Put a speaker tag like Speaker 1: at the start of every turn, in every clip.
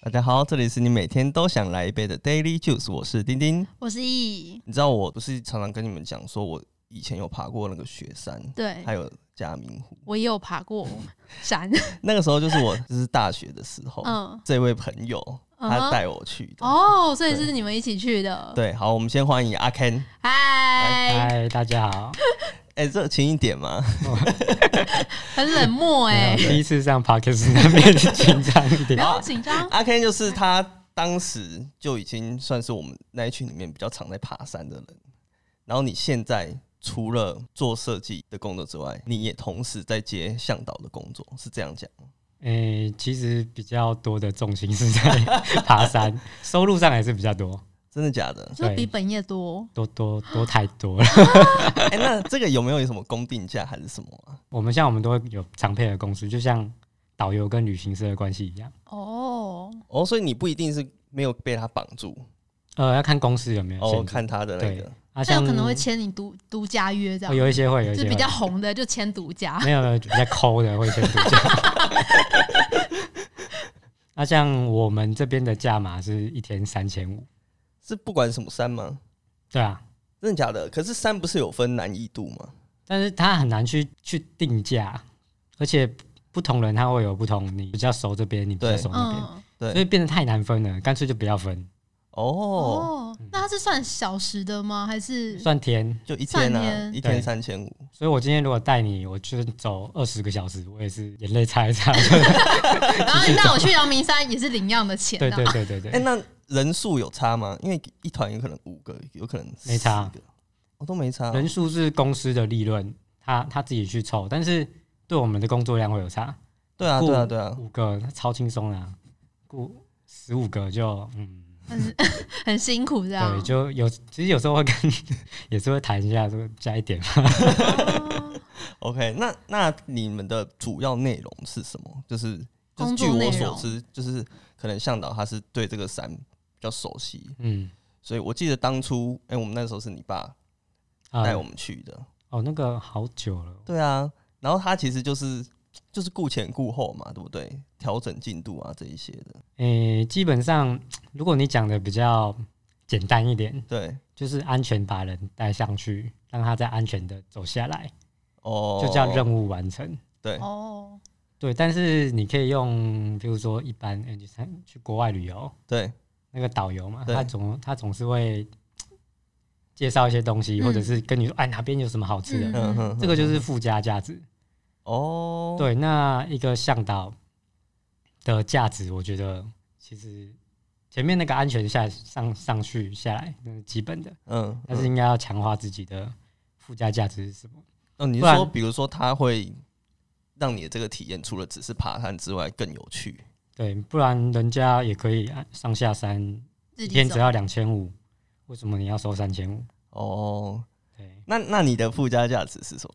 Speaker 1: 大家好，这里是你每天都想来一杯的 Daily Juice，我是丁丁。
Speaker 2: 我是易，
Speaker 1: 你知道我不是常常跟你们讲说，我以前有爬过那个雪山，
Speaker 2: 对
Speaker 1: 还有嘉明湖。
Speaker 2: 我也有爬过 山，
Speaker 1: 那个时候就是我就是大学的时
Speaker 3: 哦
Speaker 1: 候，
Speaker 2: 嗯，
Speaker 1: 这位朋友
Speaker 2: 嗯
Speaker 1: 他
Speaker 2: 哼
Speaker 1: 带我去的。
Speaker 2: 哦，所以
Speaker 1: 对
Speaker 2: 是你们一起去的，，
Speaker 1: 对，好，我们先欢迎阿 Ken。
Speaker 2: 嗨，
Speaker 3: 嗨，大家好，
Speaker 1: 哎、这轻一点 嘛。
Speaker 2: 很冷漠哎、
Speaker 3: 第一次上 p o d c a s 难免紧张一
Speaker 2: 不
Speaker 3: 点。
Speaker 2: 要紧张，？
Speaker 1: 阿 Ken 就是他当时就已经算是我们那一群里面比较常在爬山的人。然后你现在除了做设计的工作之外，你也同时在接向导的工作，是这样讲吗？
Speaker 3: 诶、其实比较多的重心是在爬山，收入上还是比较多，
Speaker 1: 真的假的
Speaker 2: 就比本业多，
Speaker 3: 多多多太多了。
Speaker 1: 哎、那这个有没有什么公定价还是什么啊？
Speaker 3: 我们像我们都有常配合公司，就像导游跟旅行社的关系一样，
Speaker 2: 哦，
Speaker 1: 哦，所以你不一定是没有被他绑住，
Speaker 3: 呃，要看公司有没有
Speaker 1: 哦，
Speaker 3: 限制。
Speaker 1: 看他的那
Speaker 3: 对
Speaker 1: 个。
Speaker 3: 啊，
Speaker 2: 那
Speaker 3: 像
Speaker 2: 有可能会签你独独家约这
Speaker 3: 哦
Speaker 2: 样，
Speaker 3: 有一些会，有一
Speaker 2: 就
Speaker 3: 些
Speaker 2: 比较
Speaker 3: 会
Speaker 2: 红的就签独家，
Speaker 3: 没有没有比较抠的会先独家。 那啊像我们这边的价码是一天三千五，
Speaker 1: 是不管什么山吗？
Speaker 3: 对啊，
Speaker 1: 真的假的？可是山不是有分难易度吗？
Speaker 3: 但是它很难去去定价，而且不同人他会有不同，你比较熟这边，你比较
Speaker 1: 对
Speaker 3: 熟那边，
Speaker 2: 嗯，
Speaker 3: 所以
Speaker 1: 对，
Speaker 3: 变得太难分了，干脆就不要分，
Speaker 1: 哦，
Speaker 2: 哦，那它是算小时的吗？还是
Speaker 3: 嗯算天。
Speaker 1: 就一天
Speaker 2: 算
Speaker 1: 啊，
Speaker 2: 天
Speaker 1: 一天
Speaker 3: 对
Speaker 1: 三千五，
Speaker 3: 所以我今天如果带你，我就走二十个小时，我也是眼泪擦一 擦。
Speaker 2: 然后你带我去阳明山也是领样的钱
Speaker 3: 对
Speaker 2: 啊
Speaker 3: 对，对对对，
Speaker 1: 哎、那人数有差吗？因为一团有可能五个，有可能
Speaker 3: 没差
Speaker 1: 10个，我、都没差。
Speaker 3: 人数是公司的利润，他他自己去凑，但是对我们的工作量会有差。
Speaker 1: 对啊，
Speaker 3: 雇
Speaker 1: 对啊，对啊，
Speaker 3: 五个那超轻松啦，雇十五个就嗯，
Speaker 2: 很辛苦这样
Speaker 3: 对，，就有其实有时候会跟 也是会谈一下，说加一点嘛。
Speaker 2: 哦
Speaker 1: OK，那那你们的主要内容是什么？就是就是
Speaker 2: 工作
Speaker 1: 据我
Speaker 2: 内
Speaker 1: 所
Speaker 2: 容
Speaker 1: 知，就是可能向导他是对这个山比较熟悉，
Speaker 3: 嗯，
Speaker 1: 所以我记得当初，哎、我们那时候是你爸
Speaker 3: 啊、
Speaker 1: 带我们去的，
Speaker 3: 哦，那个好久了，哦
Speaker 1: 对啊，然后他其实就是就是顾前顾后嘛，对不对？调整进度啊这一些的，
Speaker 3: 诶、基本上如果你讲的比较简单一点，
Speaker 1: 对，
Speaker 3: 就是安全把人带上去，让他在安全的走下来，
Speaker 1: 哦，
Speaker 3: 就叫任务完成。
Speaker 1: 对，
Speaker 2: 哦，
Speaker 3: 对，但是你可以用，比如说一般，诶你像去国外旅游，
Speaker 1: 对，
Speaker 3: 那个导游嘛，
Speaker 1: 对
Speaker 3: 他总他总是会介绍一些东西，
Speaker 2: 嗯
Speaker 3: 或者是跟你说，哎，哪边有什么好吃的，
Speaker 2: 嗯
Speaker 1: 嗯哼，
Speaker 3: 这个就是附加价值。
Speaker 1: 哦，
Speaker 3: 对，那一个向导的价值，我觉得其实前面那个安全下上上去下来，那是基本的，
Speaker 1: 嗯，
Speaker 3: 但是应该要强化自己的附加价值是什么？
Speaker 1: 哦，你是
Speaker 3: 不然
Speaker 1: 说，比如说，它会让你的这个体验除了只是爬山之外更有趣
Speaker 3: 对，不然人家也可以上下山，
Speaker 2: 自
Speaker 3: 一
Speaker 2: 己
Speaker 3: 天
Speaker 2: 走
Speaker 3: 只。要两千五，为什么你要收三千五？
Speaker 1: 哦？
Speaker 3: 对，
Speaker 1: 那那你的附加价值是什么？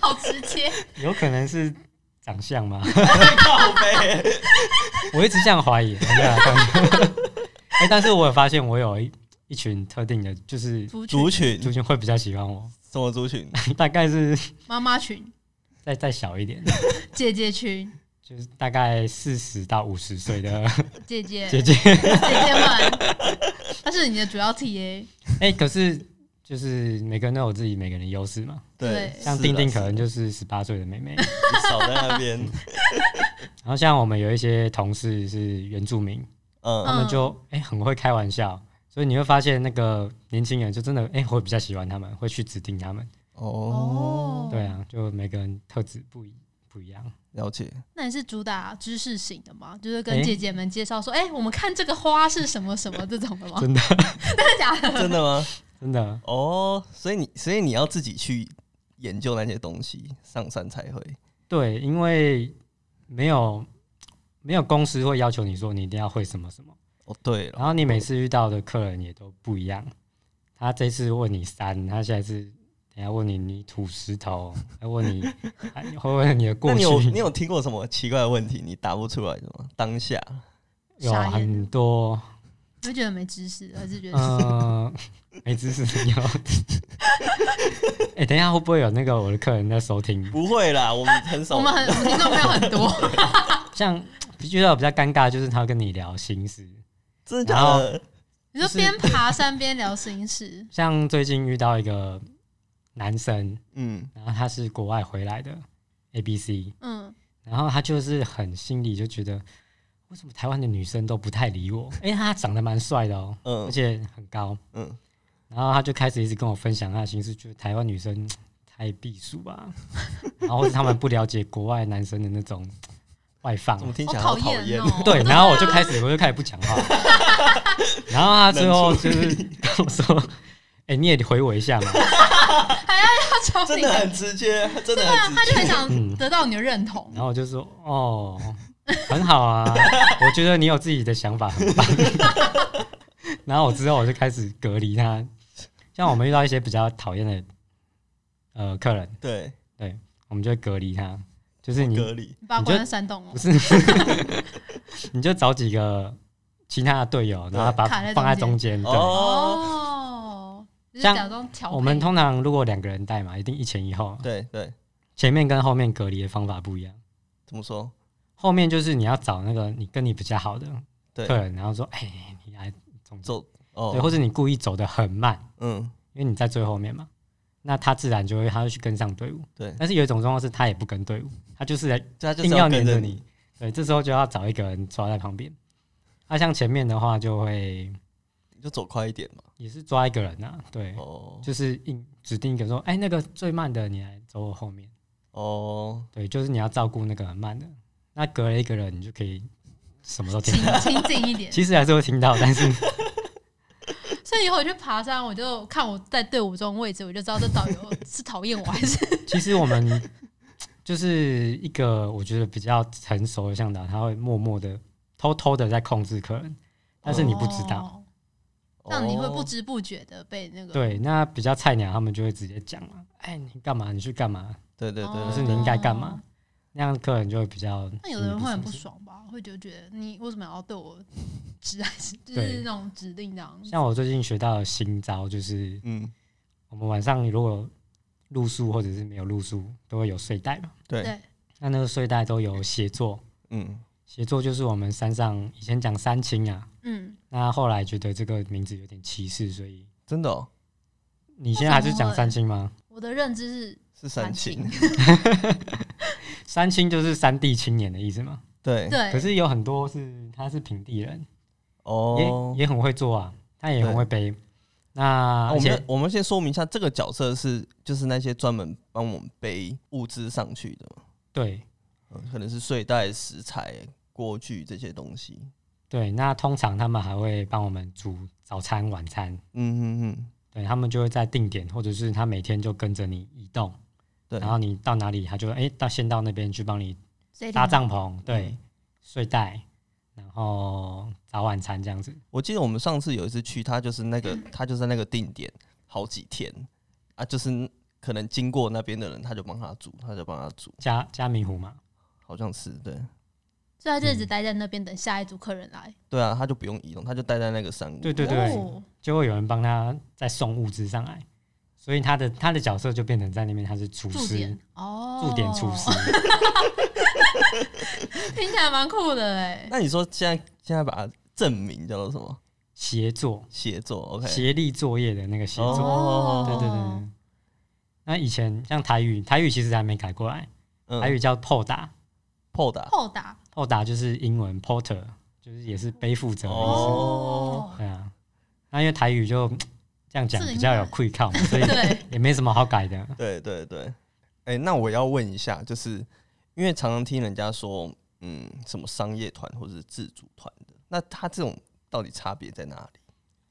Speaker 2: 好直接，
Speaker 3: 有可能是长相吗？
Speaker 1: 靠背，
Speaker 3: 我一直这样怀疑。哎、 诶哎但是我有发现，我有一一群特定的，就是
Speaker 2: 族群
Speaker 1: 族群
Speaker 3: 族群会比较喜欢我，
Speaker 1: 什么族群？
Speaker 3: 大概是
Speaker 2: 妈妈群、
Speaker 3: 再再小一点，
Speaker 2: 姐姐群、
Speaker 3: 就是大概四十到五十 岁的
Speaker 2: 姐姐
Speaker 3: 姐姐。
Speaker 2: 姐姐们，她是你的主要 TA，
Speaker 3: 哎、可是就是每个人都有自己每个人的优势嘛，
Speaker 1: 对
Speaker 2: 对，
Speaker 3: 像
Speaker 1: 是
Speaker 3: 丁
Speaker 1: 啦
Speaker 3: 丁
Speaker 1: 是啊
Speaker 3: 可能
Speaker 1: 啦
Speaker 3: 就是十八岁的妹 妹，
Speaker 1: 啊你少在那边，
Speaker 3: 然后像我们有一些同事是原住民，
Speaker 1: 嗯
Speaker 3: 他们就哎、很会开玩笑。所以你会发现，那个年轻人就真的哎、会比较喜欢他们，会去指定他们。
Speaker 1: 哦，
Speaker 3: 对啊，就每个人特质不一不一样。
Speaker 1: 了解。
Speaker 2: 那你是主打知识型的吗？就是跟
Speaker 3: 诶
Speaker 2: 姐姐们介绍说，哎、我们看这个花是什么什么这种的吗？
Speaker 3: 真的
Speaker 2: 真的假的？
Speaker 1: 真的吗？
Speaker 3: 真的，
Speaker 1: 哦，所以你所以你要自己去研究那些东西，上山才会。
Speaker 3: 对，因为没有没有公司会要求你说你一定要会什么什么，
Speaker 1: 哦，对了，
Speaker 3: 然后你每次遇到的客人也都不一样。他这次问你山，他下一次等一下问你泥土石头，还问你还会问你的
Speaker 1: 那
Speaker 3: 过
Speaker 1: 你
Speaker 3: 去，
Speaker 1: 有你有听过什么奇怪的问题你答不出来的吗？当下
Speaker 3: 有
Speaker 2: 傻眼
Speaker 3: 很多
Speaker 2: 你会觉得没知识，还是觉得、
Speaker 3: 嗯、没知识有。 哎、等一下会不会有那个我的客人在收听？
Speaker 1: 不会啦，我们很少
Speaker 2: 我们很我们听众朋友很多，
Speaker 3: 像遇到比较尴尬的就是他会跟你聊心事，
Speaker 1: 真的假的？
Speaker 2: 你说
Speaker 1: 就是
Speaker 2: 边爬山边聊心事，
Speaker 3: 像最近遇到一个男生，
Speaker 1: 嗯，
Speaker 3: 然后他是国外回来的 A B C，
Speaker 2: 嗯，
Speaker 3: 然后他就是很心里就觉得，为什么台湾的女生都不太理我？哎、他长得蛮帅的哦、
Speaker 1: 嗯
Speaker 3: 而且很高，
Speaker 1: 嗯，
Speaker 3: 然后他就开始一直跟我分享他的心事，就是台湾女生太避暑吧，然后或是他们不了解国外男生的那种外放啊
Speaker 1: 怎，么听
Speaker 2: 好
Speaker 1: 起来好讨厌
Speaker 2: 厌？ 哦。
Speaker 3: 对，然后我就开始我就开始不讲话，然后他最后就是跟我说：“哎、你也回我一下嘛。
Speaker 2: 他找
Speaker 1: 真
Speaker 2: 你
Speaker 1: 的
Speaker 2: 的，啊
Speaker 1: 很直接，真的很
Speaker 2: 他
Speaker 1: 直
Speaker 2: 就
Speaker 1: 接。
Speaker 2: 很想得到你的认”同
Speaker 3: 嗯然。后我就说：“哦，很好啊，我觉得你有自己的想法，很棒。” 然后我之后我就开始隔离他，像我们遇到一些比较讨厌的呃客人，
Speaker 1: 对，
Speaker 3: 我们就会隔离他，就是你
Speaker 1: 隔离，
Speaker 2: 你把他关在山洞哦
Speaker 3: 不，是， 你就找几个其他的队友，然后把
Speaker 2: 卡在
Speaker 3: 放在中
Speaker 2: 中
Speaker 3: 间，对。
Speaker 1: 哦，
Speaker 2: 哦，就是
Speaker 3: 像
Speaker 2: 假装调配。
Speaker 3: 我们通常如果两个人带嘛，一定一前一后，
Speaker 1: 对对，
Speaker 3: 前面跟后面隔离的方法不一样。
Speaker 1: 怎么说？
Speaker 3: 后面就是你要找那个你跟你比较好的
Speaker 1: 对
Speaker 3: 客人，然后说：“哎、你来中间。
Speaker 1: 走哦
Speaker 3: 对，，或者你故意走得很慢，
Speaker 1: 嗯，
Speaker 3: 因为你在最后面嘛，那他自然就会他会去跟上队伍。
Speaker 1: 对，
Speaker 3: 但是有一种状况是他也不跟队伍，他就是来
Speaker 1: 就他就是
Speaker 3: 硬要
Speaker 1: 跟
Speaker 3: 黏
Speaker 1: 着
Speaker 3: 着你。。对，这时候就要找一个人抓在旁边。那、像前面的话，就会
Speaker 1: 你就走快一点嘛。
Speaker 3: 也是抓一个人啊，对，
Speaker 1: 哦
Speaker 3: 就是硬指定一个说：“哎、那个最慢的你来走我后面。”
Speaker 1: 哦，
Speaker 3: 对，就是你要照顾那个很慢的，那隔了一个人，你就可以什么都听
Speaker 2: 亲
Speaker 3: 到。
Speaker 2: 亲近一点，
Speaker 3: 其实还是会听到，但是
Speaker 2: 所以以后我去爬山，我就看我在队伍中的位置，我就知道这导游 是讨厌我还是
Speaker 3: 其实我们就是一个我觉得比较成熟的向导，他会默默的、偷偷的在控制客人，但是你不知道。
Speaker 2: 哦，让你会不
Speaker 1: 哦
Speaker 2: 知不觉的被那个
Speaker 3: 对，那比较菜鸟他们就会直接讲嘛，哎，你干嘛？你去干嘛？
Speaker 1: 对对对
Speaker 2: 哦
Speaker 1: 对，
Speaker 3: 是你应该干嘛那样客人就会比较。
Speaker 2: 那有的人会很不
Speaker 3: 心里
Speaker 2: 爽吧，会就觉得你为什么要对我指，还是就
Speaker 3: 对
Speaker 2: 是那种指令这样
Speaker 3: 舒服。。像我最近学到的新招就是，
Speaker 1: 嗯，
Speaker 3: 我们晚上如果露宿或者是没有露宿，都会有睡袋嘛。
Speaker 1: 对，
Speaker 2: 对，
Speaker 3: 那那个睡袋都有协作，
Speaker 1: 嗯，
Speaker 3: 协作就是我们山上以前讲三清啊，
Speaker 2: 嗯，
Speaker 3: 那后来觉得这个名字有点歧视，所以
Speaker 1: 真的哦，
Speaker 3: 你现在还是讲三清吗？
Speaker 2: 我的认知是
Speaker 1: 是三
Speaker 2: 亲
Speaker 1: 情，，
Speaker 3: 三清就是山地青年的意思嘛。
Speaker 1: 对，
Speaker 2: 对，
Speaker 3: 可是有很多是他是平地人，
Speaker 1: 哦
Speaker 3: 也。也很会做啊，他也很会背。那
Speaker 1: 啊
Speaker 3: 而
Speaker 1: 我
Speaker 3: 且
Speaker 1: 们我们先说明一下，这个角色是就是那些专门帮我们背物资上去的嘛，
Speaker 3: 对
Speaker 1: 嗯可能是睡袋、食材、锅具这些东西。
Speaker 3: 对，那通常他们还会帮我们煮早餐、晚餐，
Speaker 1: 嗯嗯嗯，
Speaker 3: 对他们就会在定点，或者是他每天就跟着你移动，
Speaker 1: 对
Speaker 3: 然后你到哪里，他就哎、到先到那边去帮你
Speaker 2: 这一点
Speaker 3: 搭帐篷，对，
Speaker 1: 嗯
Speaker 3: 睡袋，然后早晚餐这样子。
Speaker 1: 我记得我们上次有一次去，他就是那个，他就在那个定点好几天啊，就是可能经过那边的人，他就帮他煮，他就帮他煮，
Speaker 3: 加加明湖嘛，
Speaker 1: 好像是对
Speaker 2: 所以他就
Speaker 3: 嗯
Speaker 2: 一直待在那边等下一组客人来。
Speaker 1: 对啊，他就不用移动，他就待在那个山屋。
Speaker 3: 对对对，
Speaker 2: 哦
Speaker 3: 就会有人帮他再送物资上来，所以他的他的角色就变成在那边他是厨
Speaker 2: 驻
Speaker 3: 师
Speaker 2: 点，哦，
Speaker 3: 驻点厨师，
Speaker 2: 听起来蛮酷的哎。
Speaker 1: 那你说现在现在把它证明叫做什么？
Speaker 3: 协作
Speaker 1: 协作，OK，
Speaker 3: 协力作业的那个协作，
Speaker 1: 哦
Speaker 3: 对对对。对那以前像台语，台语其实还没改过来，台
Speaker 1: 嗯
Speaker 3: 语叫 poda，
Speaker 1: 破打
Speaker 2: 后打
Speaker 3: poda 就是英文 porter，就是也是背负者的意思。
Speaker 1: 哦，
Speaker 3: 对啊，那因为台语就这样讲
Speaker 2: 这个
Speaker 3: 比较
Speaker 2: 应
Speaker 3: 有
Speaker 2: 该
Speaker 3: 愧靠嘛，所以
Speaker 2: 对，
Speaker 3: 也没什么好改的。
Speaker 1: 对对对，哎、那我要问一下，就是因为常常听人家说，嗯，什么商业团或者是自主团的，那它这种到底差别在哪里？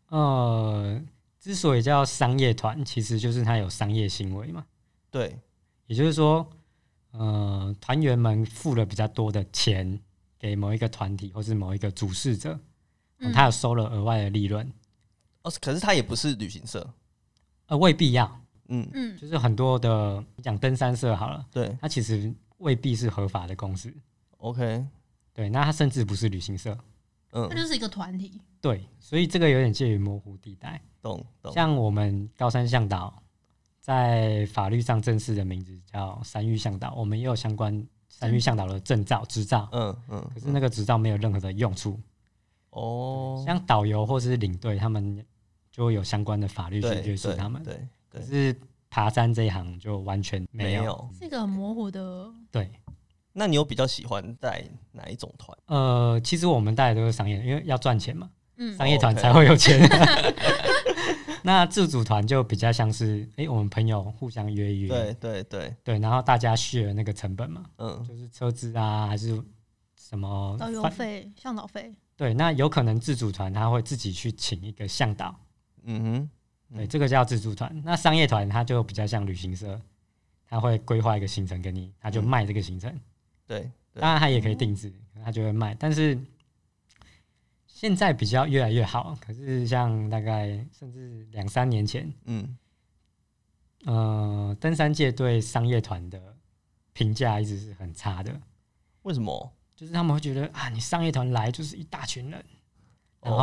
Speaker 3: 呃，之所以叫商业团，其实就是它有商业行为嘛，
Speaker 1: 对，
Speaker 3: 也就是说，呃，团员们付了比较多的钱给某一个团体或是某一个主事者，
Speaker 2: 嗯
Speaker 3: 他有收了额外的利润，
Speaker 1: 哦，可是它也不是旅行社，
Speaker 3: 呃，未必要，
Speaker 1: 嗯，
Speaker 2: 嗯，
Speaker 3: 就是很多的你讲登山社好了，
Speaker 1: 对
Speaker 3: 它其实未必是合法的公司，
Speaker 1: ，OK，
Speaker 3: 对，那它甚至不是旅行社，
Speaker 2: 那
Speaker 1: 嗯，
Speaker 2: 就是一个团体，
Speaker 3: 对，所以这个有点介于模糊地带。
Speaker 1: 懂懂，
Speaker 3: 像我们高山向导，在法律上正式的名字叫山域向导，我们也有相关山域向导的证照执照，
Speaker 1: 嗯嗯，
Speaker 3: 可是那个执照没有任何的用处。
Speaker 1: 哦，
Speaker 3: 像导游或是领队，他们就会有相关的法律去
Speaker 1: 对
Speaker 3: 约束
Speaker 1: 对
Speaker 3: 他们。
Speaker 1: 对
Speaker 3: 可
Speaker 1: 对，
Speaker 3: 是爬山这一行就完全没有。
Speaker 1: 有。
Speaker 2: 是一个很模糊的，
Speaker 3: 对，
Speaker 1: 那你有比较喜欢带哪一种团？
Speaker 3: 呃，其实我们带的都是商业，因为要赚钱嘛，
Speaker 2: 嗯，哦
Speaker 3: 商业团
Speaker 1: OK
Speaker 3: 才会有钱。 那自主团就比较像是，哎、我们朋友互相约一约，
Speaker 1: 对对对，
Speaker 3: 对然后大家 share 那个成本嘛，
Speaker 1: 嗯
Speaker 3: 就是车资啊，还是什么
Speaker 2: 导游
Speaker 3: 饭
Speaker 2: 费、向导费，
Speaker 3: 对，那有可能自主团他会自己去请一个向导，
Speaker 1: 嗯哼，
Speaker 3: 对，
Speaker 1: 嗯
Speaker 3: 这个叫自助团。那商业团它就比较像旅行社，他会规划一个行程给你，他就
Speaker 1: 嗯
Speaker 3: 卖这个行程。
Speaker 1: 对对嗯
Speaker 3: 当然，他也可以定制，他就会卖。但是现在比较越来越好，可是像大概甚至两三年前，
Speaker 1: 嗯，
Speaker 3: 呃，登山界对商业团的评价一直是很差的，
Speaker 1: 为什么？
Speaker 3: 就是他们会觉得啊，你商业团来就是一大群人，然后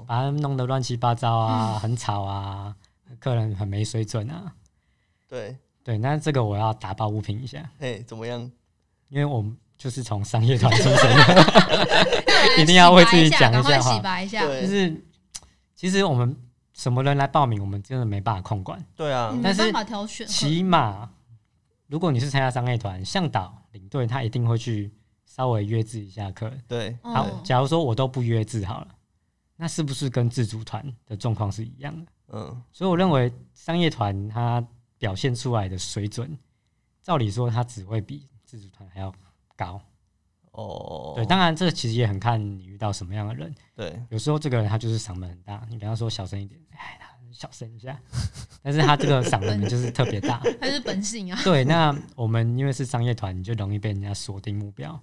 Speaker 1: 哦，
Speaker 3: 把他们弄得乱七八糟
Speaker 1: 嗯
Speaker 3: 啊，很吵啊，客人很没水准啊。
Speaker 1: 对，
Speaker 3: 对，那这个我要打抱不平一下，
Speaker 1: 嘿，哎怎么样？
Speaker 3: 因为我们就是从商业团出身的， 一定要为自己讲
Speaker 2: 赶
Speaker 3: 一下
Speaker 2: 快
Speaker 3: 哈
Speaker 2: 洗白一下。嗯
Speaker 3: 就
Speaker 1: 对
Speaker 3: 是其实我们什么人来报名，我们真的没办法控管。
Speaker 1: 对啊
Speaker 2: 你，没
Speaker 3: 但是
Speaker 2: 办法挑选，
Speaker 3: 起码，如果你是参加商业团，向导领队他一定会去稍微约制一下客人。
Speaker 1: 对
Speaker 2: 嗯
Speaker 3: 好，假如说我都不约制好了，那是不是跟自主团的状况是一样的？
Speaker 1: 嗯
Speaker 3: 所以我认为商业团它表现出来的水准，照理说它只会比自主团还要高。
Speaker 1: 哦，
Speaker 3: 对，当然这其实也很看你遇到什么样的人。
Speaker 1: 对
Speaker 3: 有时候这个人他就是嗓门很大，你跟他说小声一点，哎，他小声一下， 但是他这个嗓门就是特别大。
Speaker 2: 还是本性啊？
Speaker 3: 对，那我们因为是商业团，你就容易被人家锁定目标，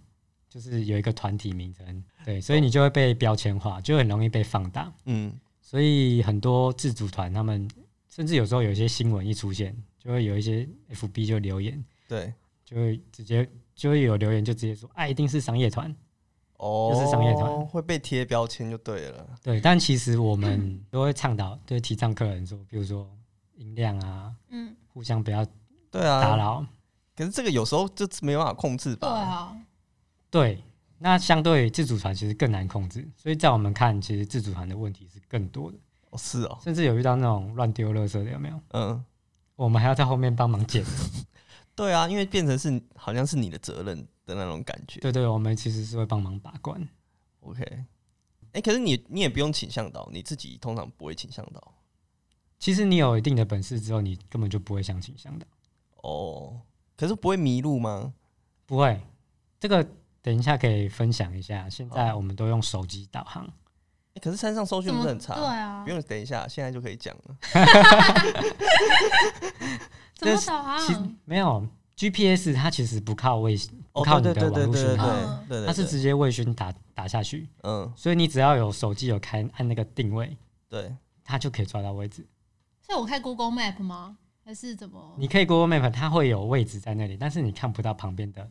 Speaker 3: 就是有一个团体名称，对，所以你就会被标签化，就很容易被放大。
Speaker 1: 嗯
Speaker 3: 所以很多自主团他们，甚至有时候有一些新闻一出现，就会有一些 FB 就留言，
Speaker 1: 对，
Speaker 3: 就会直接就会有留言就直接说，啊，一定是商业团。
Speaker 1: 哦，
Speaker 3: 就是商业团
Speaker 1: 会被贴标签就对了。
Speaker 3: 对，但其实我们都会倡导，就是提倡客人说，比如说音量啊，
Speaker 2: 嗯，
Speaker 3: 互相不要
Speaker 1: 对
Speaker 3: 打
Speaker 1: 啊，
Speaker 3: 扰。
Speaker 1: 可是这个有时候就是没办法控制
Speaker 2: 对
Speaker 1: 吧？
Speaker 2: 啊，
Speaker 3: 对，那相对自主团其实更难控制，所以在我们看，其实自主团的问题是更多的，
Speaker 1: 哦，是哦，
Speaker 3: 甚至有遇到那种乱丢垃圾的，有没有？
Speaker 1: 嗯，
Speaker 3: 我们还要在后面帮忙捡。
Speaker 1: 对啊，因为变成是好像是你的责任的那种感觉。
Speaker 3: 对对，我们其实是会帮忙把关。
Speaker 1: OK，哎、可是你你也不用请向导，你自己通常不会请向导
Speaker 3: 其实你有一定的本事之后，你根本就不会相信向导，
Speaker 1: 哦。可是不会迷路吗？
Speaker 3: 不会。这个等一下可以分享一下。现在我们都用手机导航，
Speaker 1: 欸可是山上搜讯
Speaker 2: 怎
Speaker 1: 不
Speaker 2: 么
Speaker 1: 是很
Speaker 2: 对
Speaker 1: 差，
Speaker 2: 啊
Speaker 1: 不？用等一下，现在就可以讲了。
Speaker 2: 怎么啊
Speaker 3: 这是
Speaker 2: 导
Speaker 3: 其实
Speaker 2: 航？
Speaker 3: 没有 GPS，它其实不靠卫星，
Speaker 1: 哦，
Speaker 3: 靠你
Speaker 1: 对
Speaker 3: 的
Speaker 1: 对对
Speaker 3: 网
Speaker 1: 对
Speaker 3: 络
Speaker 1: 对
Speaker 3: 讯
Speaker 1: 对
Speaker 3: 号
Speaker 2: 嗯
Speaker 1: 对对，
Speaker 3: 它是
Speaker 1: 对
Speaker 3: 直接卫星打打下去，
Speaker 1: 嗯
Speaker 3: 所以你只要有手机有开按那个定位，
Speaker 1: 对，
Speaker 3: 它就可以抓到位置。
Speaker 2: 所以我看 Google Map 吗？还是怎
Speaker 1: 哦
Speaker 2: 么？
Speaker 3: 你可以 Google Map，它会有位置在那里，但是你看不到旁边的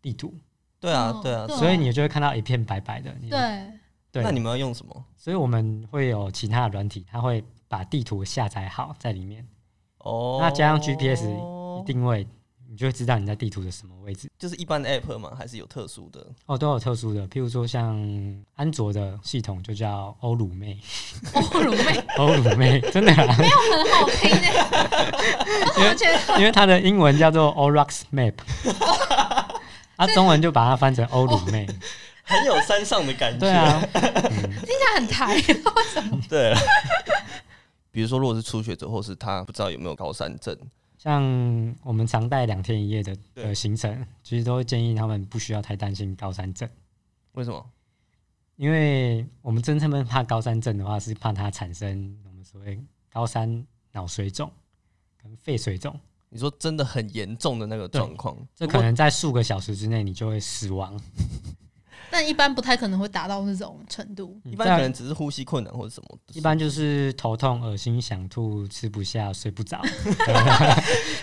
Speaker 3: 地图，
Speaker 1: 对啊
Speaker 2: 嗯
Speaker 1: 对啊
Speaker 2: 对。
Speaker 3: 所以你就会看到一片白白的。你
Speaker 2: 对，
Speaker 3: 对
Speaker 1: 那你们要用什么？
Speaker 3: 所以我们会有其他的软体，它会把地图下载好在里面，
Speaker 1: 哦，
Speaker 3: 那加上 GPS 定位，你就会知道你在地图的什么位置。
Speaker 1: 就是一般的 app 吗？还是有特殊的？
Speaker 3: 哦，都有特殊的，譬如说像安卓的系统就叫欧鲁妹，
Speaker 2: 欧哦鲁妹
Speaker 3: 欧鲁妹真的啊啦，
Speaker 2: 很好听欸的，
Speaker 3: 因
Speaker 2: 我
Speaker 3: 为
Speaker 2: 觉得
Speaker 3: 因为它的英文叫做 Orax Map，啊，中文就把它翻成欧鲁妹。
Speaker 1: 很有山上的感觉。
Speaker 3: 对啊，
Speaker 2: 听起来很台。
Speaker 1: 对。比如说，如果是初学者，或是他不知道有没有高山症，
Speaker 3: 像我们常带两天一夜的
Speaker 1: 对
Speaker 3: 的行程，其实都会建议他们不需要太担心高山症，
Speaker 1: 为什么？
Speaker 3: 因为我们真正们怕高山症的话，是怕它产生我们所谓高山脑水肿跟肺水肿，
Speaker 1: 你说真的很严重的那个状况，
Speaker 3: 这
Speaker 1: 如
Speaker 3: 可
Speaker 1: 果
Speaker 3: 能在数个小时之内你就会死亡。
Speaker 2: 但一般不太可能会达到那种程度。
Speaker 1: 一
Speaker 3: 你
Speaker 1: 般
Speaker 3: 在
Speaker 1: 可能只是呼吸困难或者什么。
Speaker 3: 一般就是头痛、恶心、想吐、吃不下、睡不着。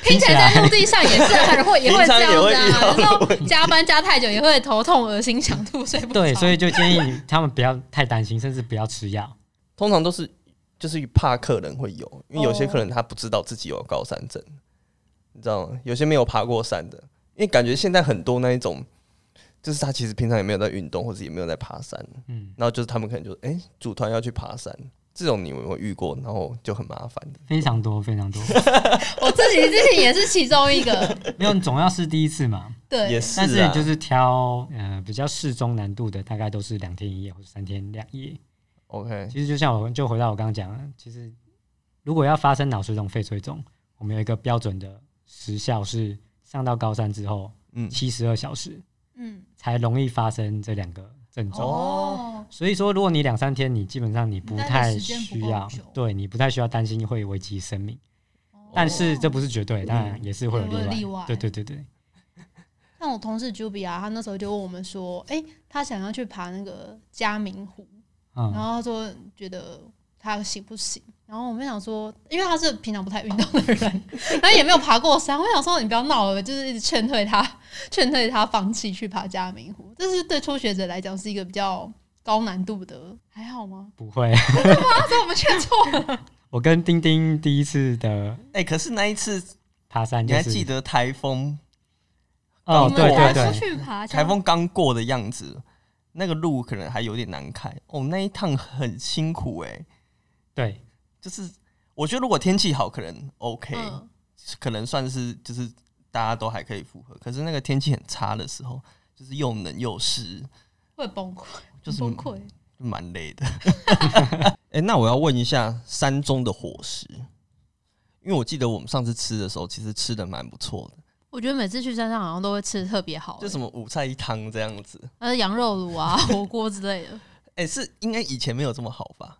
Speaker 2: 听起来在陆地上也是很会，也会这样子
Speaker 1: 平常也
Speaker 2: 啊。
Speaker 1: 会遇
Speaker 2: 然后加班加太久也会头痛、恶心、想吐、睡不着。
Speaker 3: 对，所以就 建议他们不要太担心，甚至不要吃药。
Speaker 1: 通常都是就是怕客人会有，因为有些客人他不知道自己有高山症，你知道吗？有些没有爬过山的，因因为感觉现在很多那一种，就是他其实平常也没有在运动，或者也没有在爬山，
Speaker 3: 嗯，
Speaker 1: 然后就是他们可能就哎、诶组团要去爬山，这种你有没有遇过？然后就很麻烦的。
Speaker 3: 非常多非常多，
Speaker 2: 我自己之前也是其中一个，
Speaker 3: 没有你总要试第一次嘛，
Speaker 2: 对，
Speaker 1: 也是
Speaker 3: 但是
Speaker 1: 啊，
Speaker 3: 就是挑呃比较适中难度的，大概都是两天一夜或者三天两夜。
Speaker 1: OK，
Speaker 3: 其实就像我就回到我刚刚讲的，其实如果要发生脑水肿、肺水肿，我们有一个标准的时效是上到高山之后
Speaker 1: 嗯，
Speaker 3: 七十二小时
Speaker 2: 嗯，
Speaker 3: 才容易发生这两个症状。
Speaker 2: 哦，
Speaker 3: 所以说，如果你两三天，你基本上你不太需
Speaker 2: 你待
Speaker 3: 要
Speaker 2: 的时间不够久，
Speaker 3: 对你不太需要担心会危及生命。
Speaker 2: 哦
Speaker 3: 但是这不是绝对，当然也哦是会有
Speaker 2: 也会有例
Speaker 3: 例
Speaker 2: 外
Speaker 3: 外。对对对对，
Speaker 2: 像我同事 Juby 啊，他那时候就问我们说，哎、他想要去爬那个嘉明湖，然
Speaker 3: 嗯，
Speaker 2: 后他说觉得他行不行？然后我们想说，因为他是平常不太运动的人，然后也没有爬过山，我想说你不要闹了，就是一直劝退他， 劝退他放弃去爬嘉明湖。这是对初学者来讲是一个比较高难度的，还好
Speaker 1: 哦
Speaker 2: 吗？
Speaker 3: 不会。
Speaker 2: 他说我们劝错了，
Speaker 3: 我跟丁丁第一次的
Speaker 1: 哎、可是那一次
Speaker 3: 爬山
Speaker 1: 你
Speaker 3: 就
Speaker 1: 还
Speaker 3: 是
Speaker 1: 记得台风
Speaker 3: 哦，
Speaker 2: 你
Speaker 3: 对
Speaker 2: 们
Speaker 3: 对
Speaker 2: 爬
Speaker 3: 对
Speaker 2: 出，去爬嘉
Speaker 1: 台风刚过的样子，那个路可能还有点难开哦。那一趟很辛苦哎、
Speaker 3: 对，
Speaker 1: 就是我觉得如果天气好，可能 OK，、
Speaker 2: 嗯，
Speaker 1: 可能算是就是大家都还可以负荷。可是那个天气很差的时候，就是又冷又湿，
Speaker 2: 会崩溃，
Speaker 1: 就是
Speaker 2: 崩溃。
Speaker 1: 蛮累的。 哎、那我要问一下山中的伙食，因为我记得我们上次吃的时候，其实吃的蛮不错的，
Speaker 2: 我觉得每次去山上好像都会吃的特别好、
Speaker 1: 就什么五菜一汤这样子。
Speaker 2: 呃羊肉卤啊、 火锅之类的。
Speaker 1: 哎、是应该以前没有这么好吧？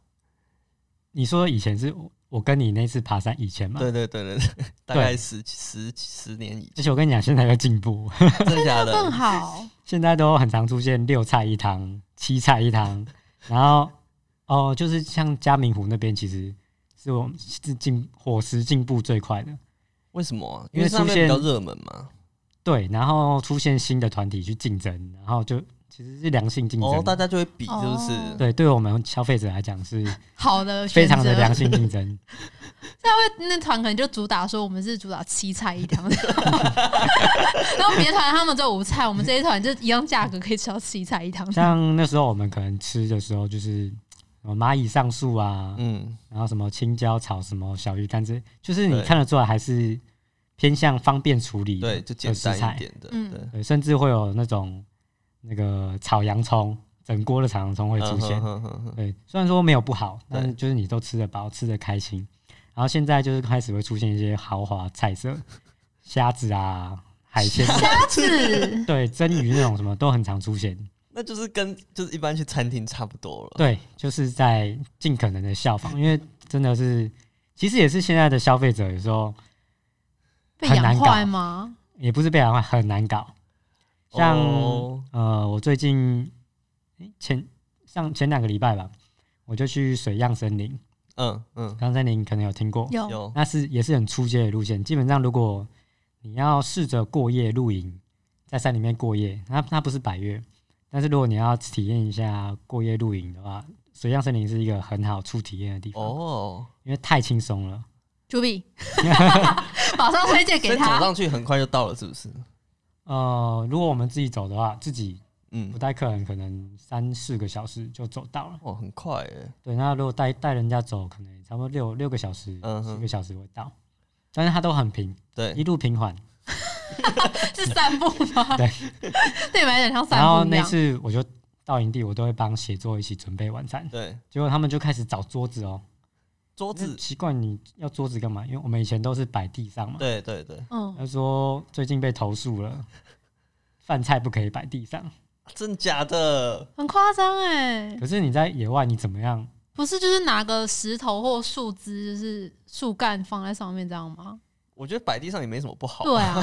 Speaker 3: 你说以前是我跟你那次爬山以前嘛？
Speaker 1: 对对对对对，大概十十十年以
Speaker 3: 而且我跟你讲，现在有进步，
Speaker 1: 前，真的假
Speaker 2: 更
Speaker 1: 的？
Speaker 2: 好，
Speaker 3: 现在都很常出现六菜一汤、七菜一汤，然后哦，就是像嘉明湖那边，其实是我们是进伙食进步最快的。
Speaker 1: 为什么啊、
Speaker 3: 因
Speaker 1: 因
Speaker 3: 为
Speaker 1: 为上面比
Speaker 3: 出
Speaker 1: 较
Speaker 3: 现
Speaker 1: 热门嘛。
Speaker 3: 对，然后出现新的团体去竞争，然后就其实是良性竞争。
Speaker 1: 哦，大家就会比，是不是？
Speaker 2: 哦
Speaker 3: 对，对我们消费者来讲是
Speaker 2: 好的选
Speaker 3: 非
Speaker 2: 择
Speaker 3: 常的良性竞争。
Speaker 2: 那团可能就主打说我们是主打七菜一汤， 然后别团他们只有五菜，我们这一团就一样价格可以吃到七菜一汤。
Speaker 3: 像那时候我们可能吃的时候，就是什么蚂蚁上树啊，
Speaker 1: 嗯，
Speaker 3: 然后什么青椒炒什么小鱼干这，就是你
Speaker 1: 对
Speaker 3: 看得出来还是偏向方便处理的
Speaker 1: 对，就简单
Speaker 3: 食材
Speaker 1: 一点的，
Speaker 2: 嗯
Speaker 1: 对，
Speaker 3: 对，甚至会有那种那个炒洋葱，整锅的炒洋葱会出现。
Speaker 1: 嗯哼哼哼哼
Speaker 3: 对，虽然说没有不好，
Speaker 1: 对
Speaker 3: 但是就是你都吃得饱，吃得开心。然后现在就是开始会出现一些豪华菜色，虾子啊、海鲜，
Speaker 2: 是，
Speaker 3: 对，蒸鱼那种什么都很常出现。
Speaker 1: 那就是跟就是一般去餐厅差不多了。
Speaker 3: 对，就是在尽可能的效仿，因为真的是，其实也是现在的消费者有时候
Speaker 2: 被
Speaker 3: 很难
Speaker 2: 养
Speaker 3: 搞
Speaker 2: 坏吗？
Speaker 3: 也不是被养很难搞。像、
Speaker 1: 哦
Speaker 3: 呃，我最近诶前上前两个礼拜吧，我就去水漾森林，
Speaker 1: 嗯嗯，
Speaker 3: 水漾森林可能有听过，
Speaker 2: 有
Speaker 1: 有
Speaker 3: 那是也是很出街的路线。基本上，如果你要试着过夜露营，在山里面过夜，那那不是百越，但是如果你要体验一下过夜露营的话，水漾森林是一个很好出体验的地方，
Speaker 1: 哦，
Speaker 3: 因为太轻松了。
Speaker 2: 朱 碧，马上推
Speaker 1: 所
Speaker 2: 荐
Speaker 1: 以
Speaker 2: 给
Speaker 1: 走
Speaker 2: 他。
Speaker 1: 上去很快就到了，是不是？
Speaker 3: 呃，如果我们自己走的话，自己
Speaker 1: 嗯
Speaker 3: 不，带客人，可能三四个小时就走到了。
Speaker 1: 哦，很快耶，
Speaker 3: 对，那如果带带人家走，可能差不多六六个小时、
Speaker 1: 嗯
Speaker 3: 十
Speaker 1: 哼
Speaker 3: 个小时会到，但是它都很平，
Speaker 1: 对，
Speaker 3: 一路平缓。
Speaker 2: 是散步吗？
Speaker 3: 对，
Speaker 2: 对，有点像散
Speaker 3: 然后
Speaker 2: 步一
Speaker 3: 那
Speaker 2: 样。
Speaker 3: 次我就到营地，我都会帮协作一起准备晚餐。
Speaker 1: 对，
Speaker 3: 结果他们就开始找桌子哦，
Speaker 1: 桌
Speaker 3: 我
Speaker 1: 子，
Speaker 3: 奇怪，你要桌子干嘛？因为我们以前都是摆地上嘛。
Speaker 1: 对对对，
Speaker 2: 嗯，
Speaker 3: 他说最近被投诉了，饭菜不可以摆地上。
Speaker 1: 真假的？
Speaker 2: 很夸张哎，
Speaker 3: 可是你在野外，你怎么样？
Speaker 2: 不是就是拿个石头或树枝，就是树干放在上面这样吗？
Speaker 1: 我觉得摆地上也没什么不好。
Speaker 2: 对啊，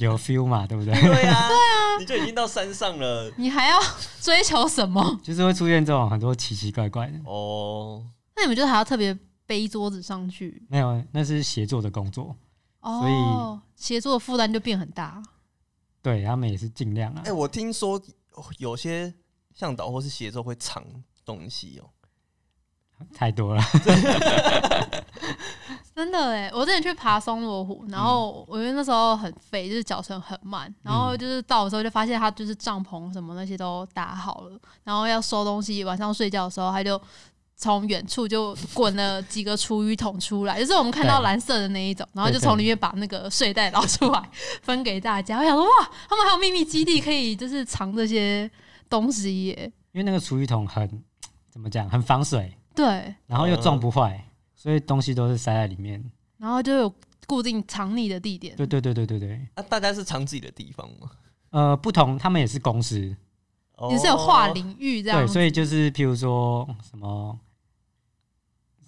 Speaker 3: 有 feel 嘛，对不对？
Speaker 1: 对 呀，对啊，你就已经到山上了。
Speaker 2: 你还要 追求什么？
Speaker 3: 就是会出现这种很多奇奇怪怪的。
Speaker 1: 哦，
Speaker 2: 那你们就还要特别背桌子上去，
Speaker 3: 没有，那是协作的工作，所以
Speaker 2: 哦，协作的负担就变很大。
Speaker 3: 对他们也是尽量啊。
Speaker 1: 哎，我听说有些向导或是协奏会藏东西哦，
Speaker 3: 太多了，
Speaker 2: 真的哎，我之前去爬松罗湖，然后
Speaker 3: 嗯
Speaker 2: 我因为那时候很废，就是脚程很慢，然后就是到的时候就发现他就是帐篷什么那些都搭好了，然后要收东西，晚上睡觉的时候他就从远处就滚了几个厨余桶出来，就是我们看到
Speaker 3: 对
Speaker 2: 蓝色的那一种，然后就
Speaker 3: 对对
Speaker 2: 从里面把那个睡袋捞出来分给大家。我想说哇，他们还有秘密基地可以就是藏这些东西耶，
Speaker 3: 因为那个厨余桶很怎么讲，很防水，
Speaker 2: 对，
Speaker 3: 然后
Speaker 1: 嗯
Speaker 3: 又撞不坏，所以东西都是塞在里面。
Speaker 2: 然后就有固定藏匿的地点，
Speaker 3: 对对对对对对，
Speaker 1: 那、啊大家是藏自己的地方吗？
Speaker 3: 呃，不同，他们也是公司，
Speaker 1: 哦
Speaker 2: 也是有划领域这样
Speaker 3: 哦对，
Speaker 2: 子
Speaker 3: 所以就是譬如说什么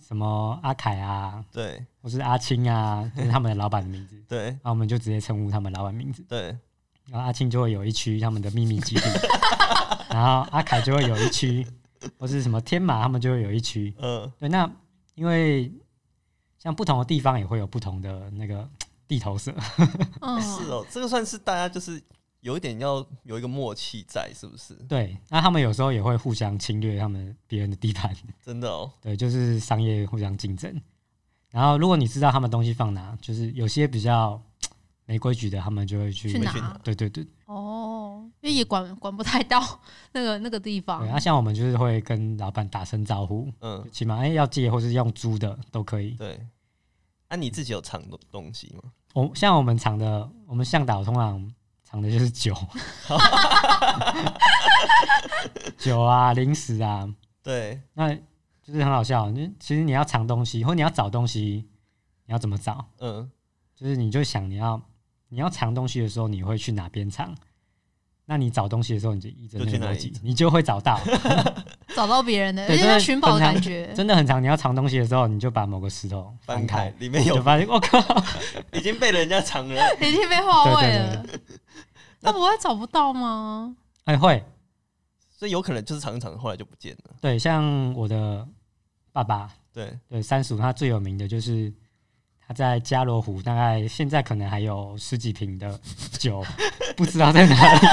Speaker 3: 什么阿凯啊，
Speaker 1: 对
Speaker 3: 或是阿青啊，就是他们的老板的名字，
Speaker 1: 对
Speaker 3: 然后我们就直接称呼他们老板名字，
Speaker 1: 对，
Speaker 3: 然后阿青就会有一区他们的秘密基 地，然后阿凯就会有一区，或是什么天马他们就会有一区。
Speaker 1: 嗯
Speaker 3: 对，那因为像不同的地方也会有不同的那个地头蛇，
Speaker 2: 嗯，
Speaker 1: 是哦，这个算是大家就是有一点要有一个默契在，是不是？
Speaker 3: 对，那他们有时候也会互相侵略他们别人的地盘，
Speaker 1: 真的哦，
Speaker 3: 对，就是商业互相竞争。然后如果你知道他们东西放哪，就是有些比较没规矩的，他们就会去
Speaker 2: 去
Speaker 1: 没
Speaker 2: 拿
Speaker 1: 去拿
Speaker 3: 对对对，
Speaker 2: 哦，因为也管管不太到那个那个地方
Speaker 3: 对，啊那、像我们就是会跟老板打声招呼，
Speaker 1: 嗯
Speaker 3: 就，起码哎、要借或是用租的都可以。
Speaker 1: 对。啊，你自己有藏东东西吗？
Speaker 3: 我像我们厂的，我们向导通常藏的就是酒，酒啊、零食啊，
Speaker 1: 对，
Speaker 3: 那就是很好笑。你其实你要藏东西，或你要找东西，你要怎么找？
Speaker 1: 嗯，
Speaker 3: 就是你就想你要你要藏东西的时候，你会去哪边藏？那你找东西的时候，你就依着
Speaker 1: 就
Speaker 3: 那
Speaker 1: 去
Speaker 3: 个
Speaker 1: 哪
Speaker 3: 逻
Speaker 1: 里
Speaker 3: 辑，你就会找到。
Speaker 2: 找到别人的，有
Speaker 3: 对
Speaker 2: 点
Speaker 3: 真
Speaker 2: 像
Speaker 3: 的
Speaker 2: 寻宝的
Speaker 3: 本来
Speaker 2: 感觉。
Speaker 3: 真的很长，你要藏东西的时候，你就把某个石头
Speaker 1: 翻
Speaker 3: 翻
Speaker 1: 开
Speaker 3: 开，
Speaker 1: 里面
Speaker 3: 你就
Speaker 1: 有，
Speaker 3: 发现我靠，
Speaker 1: 已经被人家藏了。
Speaker 2: 已经被划位
Speaker 3: 对
Speaker 2: 了，那不会找不到吗？
Speaker 3: 哎会
Speaker 1: 所以有可能就是藏一藏，后来就不见了。
Speaker 3: 对，像我的爸爸，
Speaker 1: 对，
Speaker 3: 对三叔，他最有名的就是他在加罗湖，大概现在可能还有十几瓶的酒，不知道在哪里。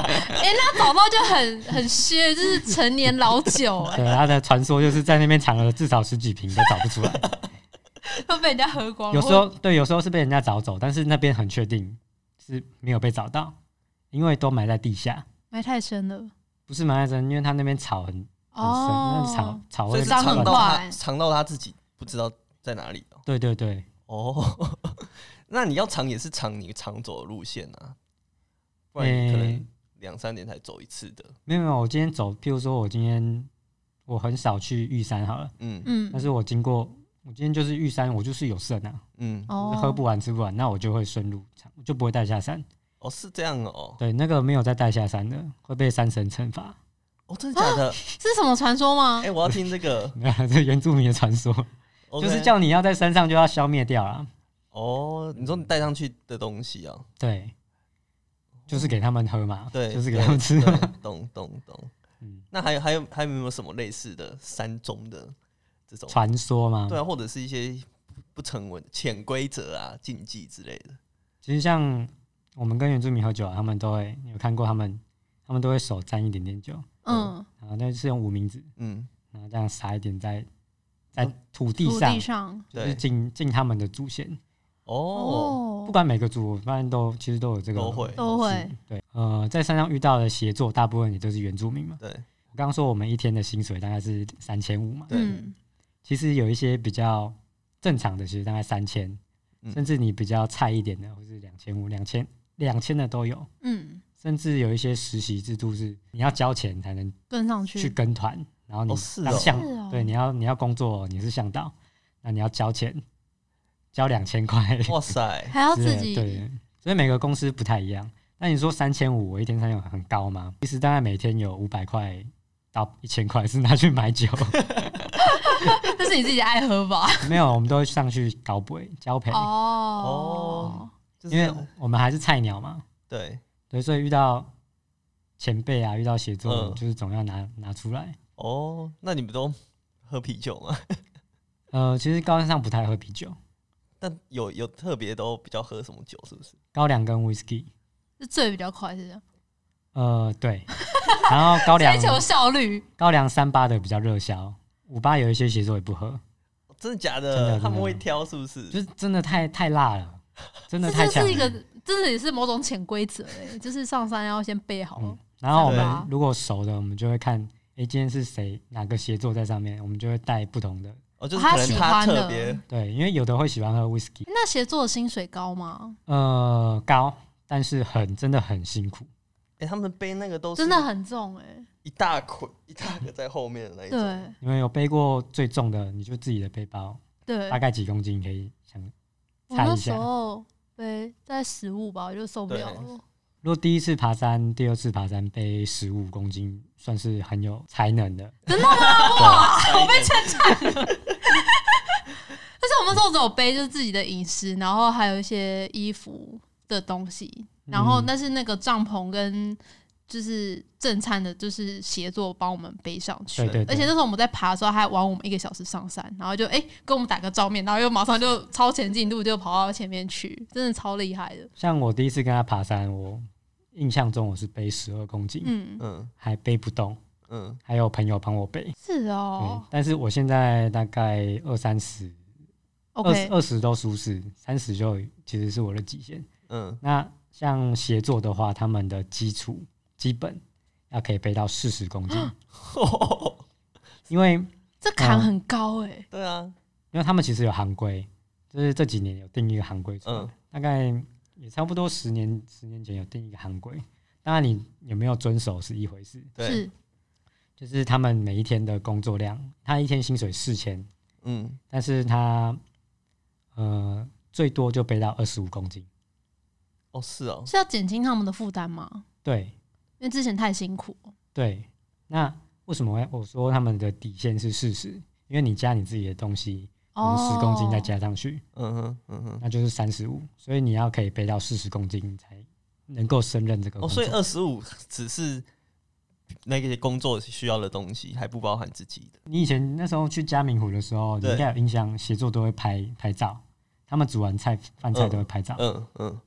Speaker 2: 哎、那找到就很很虚，就是陈年老酒、哎，
Speaker 3: 对，他的传说就是在那边藏了至少十几瓶，都找不出来。
Speaker 2: 都被人家喝
Speaker 1: 哦
Speaker 2: 光了。
Speaker 3: 有时候对，有时候是被人家找走，但是那边很确定是没有被找到，因为都埋在地下，
Speaker 2: 埋太深了，
Speaker 3: 不是埋在真，因为他那边草很很深，那草
Speaker 2: 哦，
Speaker 3: 草
Speaker 1: 所
Speaker 3: 会
Speaker 1: 以是
Speaker 2: 脏
Speaker 1: 藏
Speaker 2: 很
Speaker 1: 到
Speaker 3: 乱。
Speaker 1: 他，
Speaker 2: 快
Speaker 1: 藏到他自己不知道在哪里哦。
Speaker 3: 对对对，
Speaker 1: 哦， 那你要藏也是藏你常走的路线啊，不然你可
Speaker 3: 诶
Speaker 1: 能两三年才走一次的。
Speaker 3: 没有没有，我今天走，譬如说我今天我很少去玉山好了，
Speaker 1: 嗯
Speaker 2: 嗯
Speaker 3: 但，是我经过，我今天就是玉山，我就是有剩啊，
Speaker 1: 嗯，
Speaker 2: 哦
Speaker 3: 就是喝不完吃不完，那我就会顺路藏，就不会带下山。
Speaker 1: 哦，是这样哦。
Speaker 3: 对，那个没有再带下山的会被山神惩罚，，
Speaker 1: 哦，真的假的？
Speaker 2: 是什么传说吗
Speaker 1: 哎、？我要听这个
Speaker 3: 啊 没有啦，这原住民的传说，
Speaker 1: OK
Speaker 3: 就是叫你要在山上就要消灭掉啊了。
Speaker 1: 哦，你说你带上去的东西啊，
Speaker 3: 对，就是给他们喝嘛，
Speaker 1: 对，
Speaker 3: 就是给
Speaker 1: 对
Speaker 3: 他们吃
Speaker 1: 对
Speaker 3: 嘛。
Speaker 1: 懂懂懂。
Speaker 3: 嗯
Speaker 1: 那还有还有还有没有什么类似的山中的这种？
Speaker 3: 传说嘛，
Speaker 1: 对啊，或者是一些不不成文的潜规则啊、禁忌之类的。
Speaker 3: 其实像我们跟原住民喝酒啊，他们都会你有看过他们，他们都会手沾一点点酒，
Speaker 2: 嗯，
Speaker 3: 然后那是用无名指，
Speaker 1: 嗯，
Speaker 3: 然后这样撒一点在在土地
Speaker 2: 土
Speaker 3: 上，
Speaker 2: 地上，
Speaker 3: 就是
Speaker 1: 对，
Speaker 3: 敬敬他们的祖先。
Speaker 1: 哦，
Speaker 2: 哦
Speaker 3: 不，管每个族，我发现都其实都有这个
Speaker 1: 都会
Speaker 2: 都会
Speaker 3: 对，呃，在山上遇到的协作，大部分也都是原住民嘛。
Speaker 1: 对
Speaker 3: 我刚刚说我们一天的薪水大概是三千五嘛，
Speaker 1: 对
Speaker 2: 嗯，
Speaker 3: 其实有一些比较正常的，其实大概三千、
Speaker 1: 嗯
Speaker 3: 甚至你比较菜一点的，或是两千五、两千、两千的都有。
Speaker 2: 嗯，
Speaker 3: 甚至有一些实习制度是你要交钱才能
Speaker 2: 跟上去，
Speaker 3: 去跟团，然后你
Speaker 1: 哦是
Speaker 3: 当
Speaker 1: 哦
Speaker 3: 向、
Speaker 2: 是哦
Speaker 3: 对你要你要工作，你是向导，那你要交钱，交两 千块，
Speaker 1: 哇塞，
Speaker 2: 还要
Speaker 3: 之
Speaker 2: 自
Speaker 3: 类的
Speaker 2: 己，
Speaker 3: 对，所以每个公司不太一样。那你说三千五，我一天三千五很高吗？其实大概每天有五百块到一千块是拿去 买酒，
Speaker 2: 那是你自己爱喝吧？
Speaker 3: 没有，我们都会上去搞鬼交陪。
Speaker 2: 哦，
Speaker 1: 就是
Speaker 3: 因为我们还是菜鸟嘛，
Speaker 1: 对
Speaker 3: 对，所以遇到前辈啊，遇到写作，
Speaker 1: 嗯
Speaker 3: 就是总要拿拿出来。
Speaker 1: 哦，那你们都喝啤酒吗？
Speaker 3: 呃，其实高山上不太喝啤酒，
Speaker 1: 但有有特别都比较喝什么酒，是不是？
Speaker 3: 高粱跟 whisky，
Speaker 2: 是醉比较快，是这样，
Speaker 3: 呃，对，然后高粱
Speaker 2: 追求效率。
Speaker 3: 高粱三八的比较热销，五八有一些写作也不喝，
Speaker 1: 真的假
Speaker 3: 真
Speaker 1: 的？
Speaker 3: 的真的
Speaker 1: 他们会挑是不是？
Speaker 3: 就是真的太太辣了，真的
Speaker 2: 这
Speaker 3: 太
Speaker 2: 就
Speaker 3: 强
Speaker 2: 是一个
Speaker 3: 了。，
Speaker 2: 这也是某种潜规则哎，就是上山要先备好。
Speaker 3: 嗯，然后我
Speaker 1: 对
Speaker 2: 啊
Speaker 3: 们如果熟的，我们就会看，诶，今天是谁哪个协作在上面，我们就会带不同的。
Speaker 1: 哦，就是
Speaker 2: 他
Speaker 1: 可能
Speaker 2: 喜
Speaker 1: 他
Speaker 2: 欢
Speaker 1: 特
Speaker 2: 的
Speaker 1: 别
Speaker 3: 对，因为有的会喜欢喝 whisky，
Speaker 2: 那协作的薪水高吗？
Speaker 3: 呃，高，但是很真的很辛苦。
Speaker 1: 哎、他们背那个都是
Speaker 2: 真的很重哎、
Speaker 1: 一大捆一大个在后面的那一种。
Speaker 2: 对
Speaker 3: 因为有背过最重的，你就自己的背包，
Speaker 2: 对
Speaker 3: 大，概几公斤，你可以想。
Speaker 2: 我
Speaker 3: 猜一
Speaker 2: 那
Speaker 3: 下
Speaker 2: 时候背在食物吧，我就受不了
Speaker 1: 对
Speaker 2: 了。
Speaker 3: 如果第一次爬山，第二次爬山背十五公斤，算是很有才能的。
Speaker 1: 我被称
Speaker 2: 但是我们那时候只有背就是自己的饮食，然后还有一些衣服的东西，然后
Speaker 3: 嗯
Speaker 2: 但是那个帐篷跟就是正餐的，就是协作帮我们背上去
Speaker 3: 对。对
Speaker 2: 而且
Speaker 3: 对
Speaker 2: 那，时候我们在爬的时候，他还晚我们一个小时上山，然后就哎、跟我们打个照面，然后又马上就超前进度就跑到前面去，真的超厉害的。
Speaker 3: 像我第一次跟他爬山，我印象中我是背十二公斤，
Speaker 2: 嗯，
Speaker 1: 嗯
Speaker 3: 还背不动，
Speaker 1: 嗯，
Speaker 3: 还有朋友帮我背。
Speaker 2: 是
Speaker 3: 对
Speaker 2: 哦，。
Speaker 3: 但是我现在大概二三十，二十
Speaker 2: OK，
Speaker 3: 二十都舒适，三十就其实是我的极限。
Speaker 1: 嗯，
Speaker 3: 那像协作的话，他们的基础基本要可以背到四十公斤，因为
Speaker 2: 这坎很高哎、
Speaker 1: 对啊，
Speaker 3: 因为他们其实有行规，就是这几年有定一个行规出来，
Speaker 1: 嗯
Speaker 3: 大概也差不多十年十年前有定一个行规。当然，你有没有遵守是一回事，
Speaker 1: 对，
Speaker 2: 是
Speaker 3: 就是他们每一天的工作量，他一天薪水四千，
Speaker 1: 嗯，
Speaker 3: 但是他呃最多就背到二十五公斤。
Speaker 1: 哦是哦，
Speaker 2: 是要减轻他们的负担吗？
Speaker 3: 对
Speaker 2: 因为之前太辛苦。
Speaker 3: 对，那为什么会我说他们的底线是四十？因为你加你自己的东西，可能十公斤再
Speaker 2: 哦
Speaker 3: 加上去，
Speaker 1: 嗯哼嗯哼，
Speaker 3: 那就是三十五，所以你要可以背到四十公斤才能够胜任这个
Speaker 1: 哦，
Speaker 3: 工
Speaker 1: 所
Speaker 3: 作。
Speaker 1: 以二十五只是那个工作需要的东西，还不包含自己的。
Speaker 3: 你以前那时候去嘉明湖的时候，你
Speaker 1: 对
Speaker 3: 应该有印象，协作都会拍拍照，他们煮完菜饭菜
Speaker 1: 嗯
Speaker 3: 都会拍照，
Speaker 1: 嗯嗯，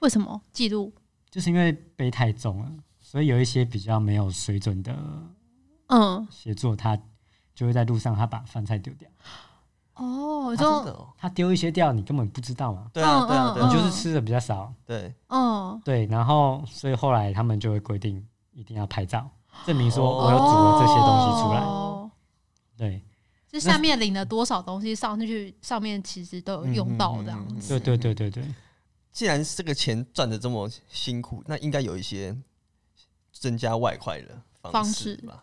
Speaker 2: 为什么记录？
Speaker 3: 就是因为背太重了，所以有一些比较没有水准的
Speaker 2: 嗯，
Speaker 3: 协作，他就会在路上他把饭菜丢掉，
Speaker 2: 哦，
Speaker 1: 我
Speaker 2: 就、
Speaker 1: 真的哦，
Speaker 3: 他丢一些掉，你根本不知道嘛，
Speaker 1: 对啊对啊对
Speaker 3: 你
Speaker 1: 啊
Speaker 2: 嗯
Speaker 3: 就是吃的比较少，
Speaker 1: 对，
Speaker 2: 嗯，
Speaker 3: 对，然后所以后来他们就会规定一定要拍照，证明说我有煮了这些东西出来，
Speaker 2: 哦
Speaker 3: 对。
Speaker 2: 就下面领了多少东西上去，上面其实都有用到这样子。
Speaker 3: 对对对对对，
Speaker 1: 既然这个钱赚的这么辛苦，那应该有一些增加外快的
Speaker 2: 方
Speaker 1: 式
Speaker 2: 式
Speaker 1: 吧？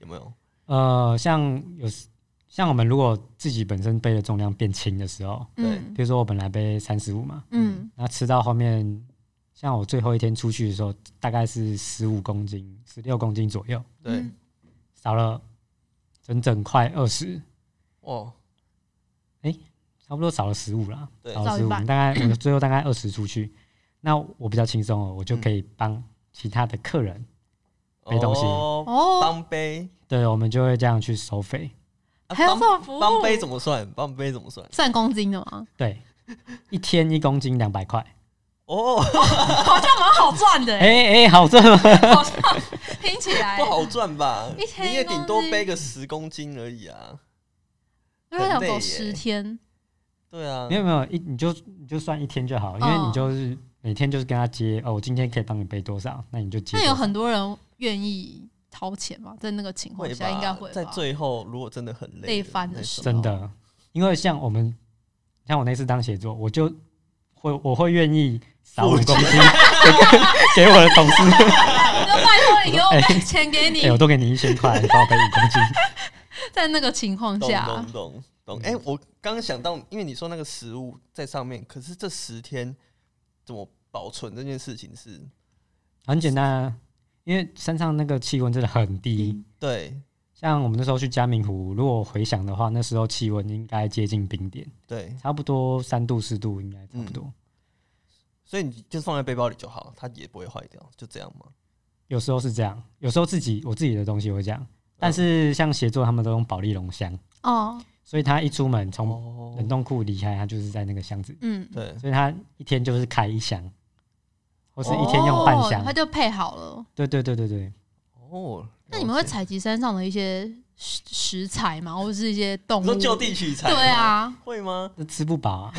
Speaker 1: 有没有？
Speaker 3: 呃，像有时像我们如果自己本身背的重量变轻的时候，
Speaker 2: 嗯
Speaker 3: 比如说我本来背三十五嘛，
Speaker 2: 嗯，
Speaker 3: 那吃到后面，像我最后一天出去的时候，大概是十五公斤、十六公斤左右，
Speaker 1: 对
Speaker 2: 嗯，
Speaker 3: 少了整整快二十，
Speaker 1: 哦，
Speaker 3: 差不多少了十五啦，
Speaker 1: 对
Speaker 3: 少了
Speaker 2: 少一
Speaker 3: 十五，大
Speaker 2: 半
Speaker 3: 概我的最后大概二十出去， 那我比较轻松哦，我就可以帮其他的客人，背东西
Speaker 1: 哦，
Speaker 2: 哦，
Speaker 1: 帮背
Speaker 3: 对，我们就会这样去收费，
Speaker 1: 啊
Speaker 2: 还有
Speaker 1: 帮
Speaker 2: 这种服务，
Speaker 1: 帮杯怎么算？帮杯怎么算？
Speaker 2: 算公斤的吗？
Speaker 3: 对，一天一公斤两百块，
Speaker 1: 哦，
Speaker 2: 好像蛮好赚的
Speaker 3: 哎
Speaker 2: 欸，
Speaker 3: 哎，好赚吗？
Speaker 2: 好像听起来
Speaker 1: 不，好赚吧？
Speaker 2: 哎一天一
Speaker 1: 你也顶多
Speaker 2: 公斤
Speaker 1: 背个十公斤而已啊。
Speaker 2: 因为要
Speaker 1: 很累
Speaker 2: 走
Speaker 1: 耶
Speaker 2: 十天，
Speaker 1: 对啊
Speaker 3: 没，有没有，一你就你就算一天就好，因
Speaker 2: 哦
Speaker 3: 为你就是每天就是跟他接哦，我今天可以帮你背多少，那你就接
Speaker 2: 那
Speaker 3: 多少。
Speaker 2: 有很多人愿意掏钱嘛？在那个情况
Speaker 1: 会
Speaker 2: 下，
Speaker 1: 吧？
Speaker 2: 应该会吧
Speaker 1: 在最后，如果真的很累，
Speaker 2: 累翻的时候
Speaker 3: 真的，因为像我们像我那次当写作，我就会我会愿意少
Speaker 1: 付
Speaker 3: 五公
Speaker 1: 钱
Speaker 3: 斤给给 我的同事，
Speaker 2: 就拜托你给我背钱给你
Speaker 3: 哎、，我都给你一千块，你帮我背五公 斤。
Speaker 2: 在那个情况
Speaker 1: 懂
Speaker 2: 下
Speaker 1: 懂，懂懂。哎、我刚刚想到，因为你说那个食物在上面，可是这十天怎么保存这件事情是？
Speaker 3: 很简单、啊，因为山上那个气温真的很低。
Speaker 2: 嗯
Speaker 1: 对
Speaker 3: 像我们那时候去嘉明湖，如果回想的话，那时候气温应该接近冰点，
Speaker 1: 对，
Speaker 3: 差不多三度四度，应该差不多。
Speaker 2: 嗯
Speaker 1: 所以你就放在背包里就好，它也不会坏掉，就这样嘛。
Speaker 3: 有时候是这样，有时候自己我自己的东西会这样，但
Speaker 1: 嗯
Speaker 3: 是像协作他们都用保利龙箱，
Speaker 2: 哦，
Speaker 3: 所以他一出门从
Speaker 1: 哦
Speaker 3: 冷冻库离开，他就是在那个箱子，
Speaker 2: 嗯，
Speaker 1: 对，
Speaker 3: 所以他一天就是开一箱，或是一天用半
Speaker 2: 哦
Speaker 3: 箱
Speaker 2: 他。就配好了。
Speaker 3: 对对对对对，
Speaker 1: 哦，
Speaker 2: 那你们会
Speaker 1: 了解
Speaker 2: 采集山上的一些食食材吗？或者是一些动
Speaker 1: 你
Speaker 2: 物？
Speaker 1: 说就地取材？
Speaker 2: 对，啊，
Speaker 1: 会吗？
Speaker 3: 那吃不饱、啊，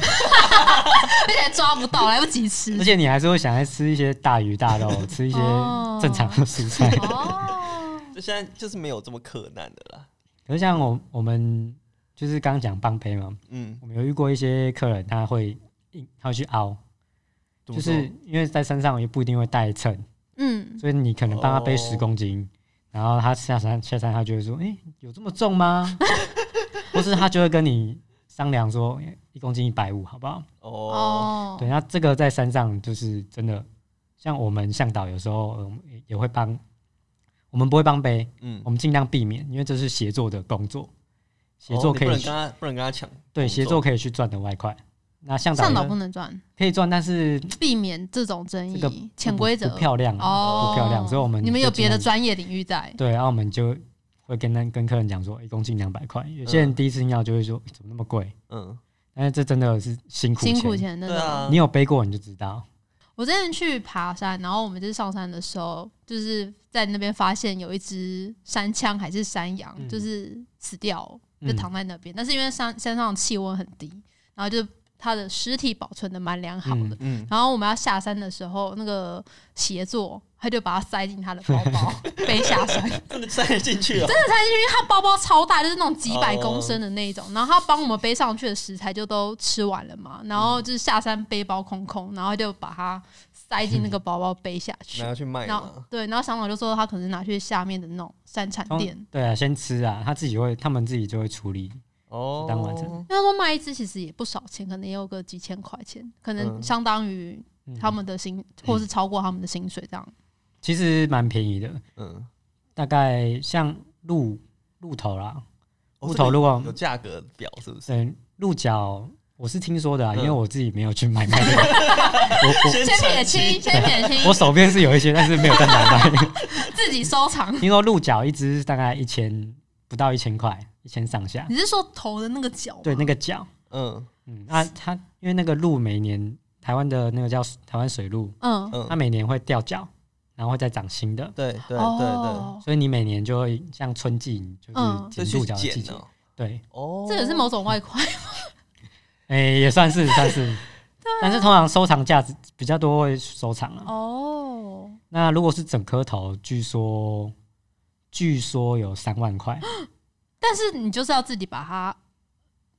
Speaker 2: 而且还抓不到，来不及吃
Speaker 3: 而。且你还是会想要吃一些大鱼大肉，吃一些
Speaker 2: 哦
Speaker 3: 正常的蔬菜。
Speaker 2: 哦，
Speaker 1: 就现在就是没有这么克难的啦。
Speaker 3: 可是像我我们就是刚讲棒胚嘛，
Speaker 1: 嗯，
Speaker 3: 我们有遇过一些客人，他会硬他会去凹，
Speaker 1: 怎
Speaker 3: 就
Speaker 1: 么说
Speaker 3: 是因为在山上也不一定会带秤，
Speaker 2: 嗯，
Speaker 3: 所以你可能帮他背
Speaker 1: 哦
Speaker 3: 十公斤，然后他下山下山他就会说，哎、有这么重吗？ 或是他就会跟你商量说，诶一公斤一百五，好不好？
Speaker 1: 哦，
Speaker 2: 哦，
Speaker 3: 对，那这个在山上就是真的，像我们向导有时候嗯也也会帮，我们不会帮背，
Speaker 1: 嗯
Speaker 3: 我，们尽量避免，因为这是协作的工作，协
Speaker 1: 哦
Speaker 3: 作
Speaker 1: 你
Speaker 3: 可
Speaker 1: 不
Speaker 3: 以
Speaker 1: 能
Speaker 3: 去、
Speaker 1: 跟他不能跟他抢，
Speaker 3: 对
Speaker 1: 工
Speaker 3: 协
Speaker 1: 作
Speaker 3: 作可以去赚的外快。那向导
Speaker 2: 上岛
Speaker 3: 呢
Speaker 2: 不能赚，
Speaker 3: 可以赚，但是
Speaker 2: 避免这种争
Speaker 3: 这个
Speaker 2: 议，潜
Speaker 3: 不
Speaker 2: 规则
Speaker 3: 不漂亮啊，
Speaker 2: 哦，
Speaker 3: 不漂亮所以我们
Speaker 2: 你们有
Speaker 3: 就尽
Speaker 2: 别的
Speaker 3: 量
Speaker 2: 专业领域在，
Speaker 3: 对，啊然后我们就会跟那跟客人讲说，一公斤两百块。有些人第一次听到就会说，哎怎么那么贵？
Speaker 1: 嗯，
Speaker 3: 但是这真的是辛苦
Speaker 2: 辛苦钱那
Speaker 1: 对
Speaker 2: 种。
Speaker 1: 啊
Speaker 3: 你，有背过你就知道。
Speaker 2: 我之前去爬山，然后我们就是上山的时候，就是在那边发现有一只山羌还是山羊，
Speaker 3: 嗯
Speaker 2: 就是死掉了，
Speaker 3: 嗯
Speaker 2: 就躺在那边。但是因为山山上气温很低，然后就它的尸体保存的蛮良好的。
Speaker 3: 嗯，
Speaker 1: 嗯，
Speaker 2: 然后我们要下山的时候，那个协作他就把它塞进他的包 包背下山，
Speaker 1: 真的塞得进去啊了，
Speaker 2: 他包包超大，就是那种几百公
Speaker 3: 哦
Speaker 2: 升的那一种。然后他帮我们背上去的食材就都吃完了嘛，然后就是下山背包空空，然后就把它塞进那个包包背下 去
Speaker 1: 拿。去卖
Speaker 2: 然后
Speaker 1: 嘛？
Speaker 2: 对，然后小脑就说他可能是拿去下面的那种山产
Speaker 3: 通
Speaker 2: 店，
Speaker 3: 对啊，先吃啊，他自己会，他们自己就会处理。
Speaker 1: 哦，
Speaker 3: 当晚餐
Speaker 2: 因为他说卖一只其实也不少钱，可能也有个几千块钱，可能
Speaker 1: 嗯
Speaker 2: 相当于
Speaker 3: 嗯
Speaker 2: 他们的薪，或是超过他们的薪水这样。
Speaker 3: 其实蛮便宜的，
Speaker 1: 嗯，
Speaker 3: 大概像鹿鹿头啦，
Speaker 1: 哦
Speaker 3: 鹿
Speaker 1: 这个
Speaker 3: 头如果
Speaker 1: 有价格表是不是？
Speaker 3: 嗯鹿角，我是听说的啊，
Speaker 1: 嗯
Speaker 3: 因为我自己没有去买卖我
Speaker 1: 先
Speaker 2: 先撇
Speaker 1: 产
Speaker 2: 清，
Speaker 1: 期
Speaker 2: 先撇
Speaker 3: 我
Speaker 2: 清，
Speaker 3: 我手边是有一些，但是没有在买卖。
Speaker 2: 自己收藏。
Speaker 3: 听说鹿角一只大概一千不到一千块，一千上下。
Speaker 2: 你是说头的那个角吗？
Speaker 3: 对，那个角，
Speaker 1: 嗯
Speaker 3: 嗯，那、它因为那个鹿每年台湾的那个叫台湾水鹿，
Speaker 2: 嗯，
Speaker 1: 嗯
Speaker 3: 它，每年会掉角，然后会再长新的，
Speaker 1: 对对对对，
Speaker 2: 哦，
Speaker 3: 所以你每年就会像春季，你
Speaker 2: 嗯
Speaker 3: 就是
Speaker 1: 去
Speaker 3: 捡鹿角的季
Speaker 1: 捡
Speaker 3: 节。
Speaker 1: 哦，
Speaker 3: 对，
Speaker 1: 哦，
Speaker 2: 这也是某种外快。
Speaker 3: 哎、也算是算是，但是通常收藏价值比较多会收藏啊了、
Speaker 2: 哦，
Speaker 3: 那如果是整颗头，据说据说有三 万块，
Speaker 2: 但是你就是要自己把它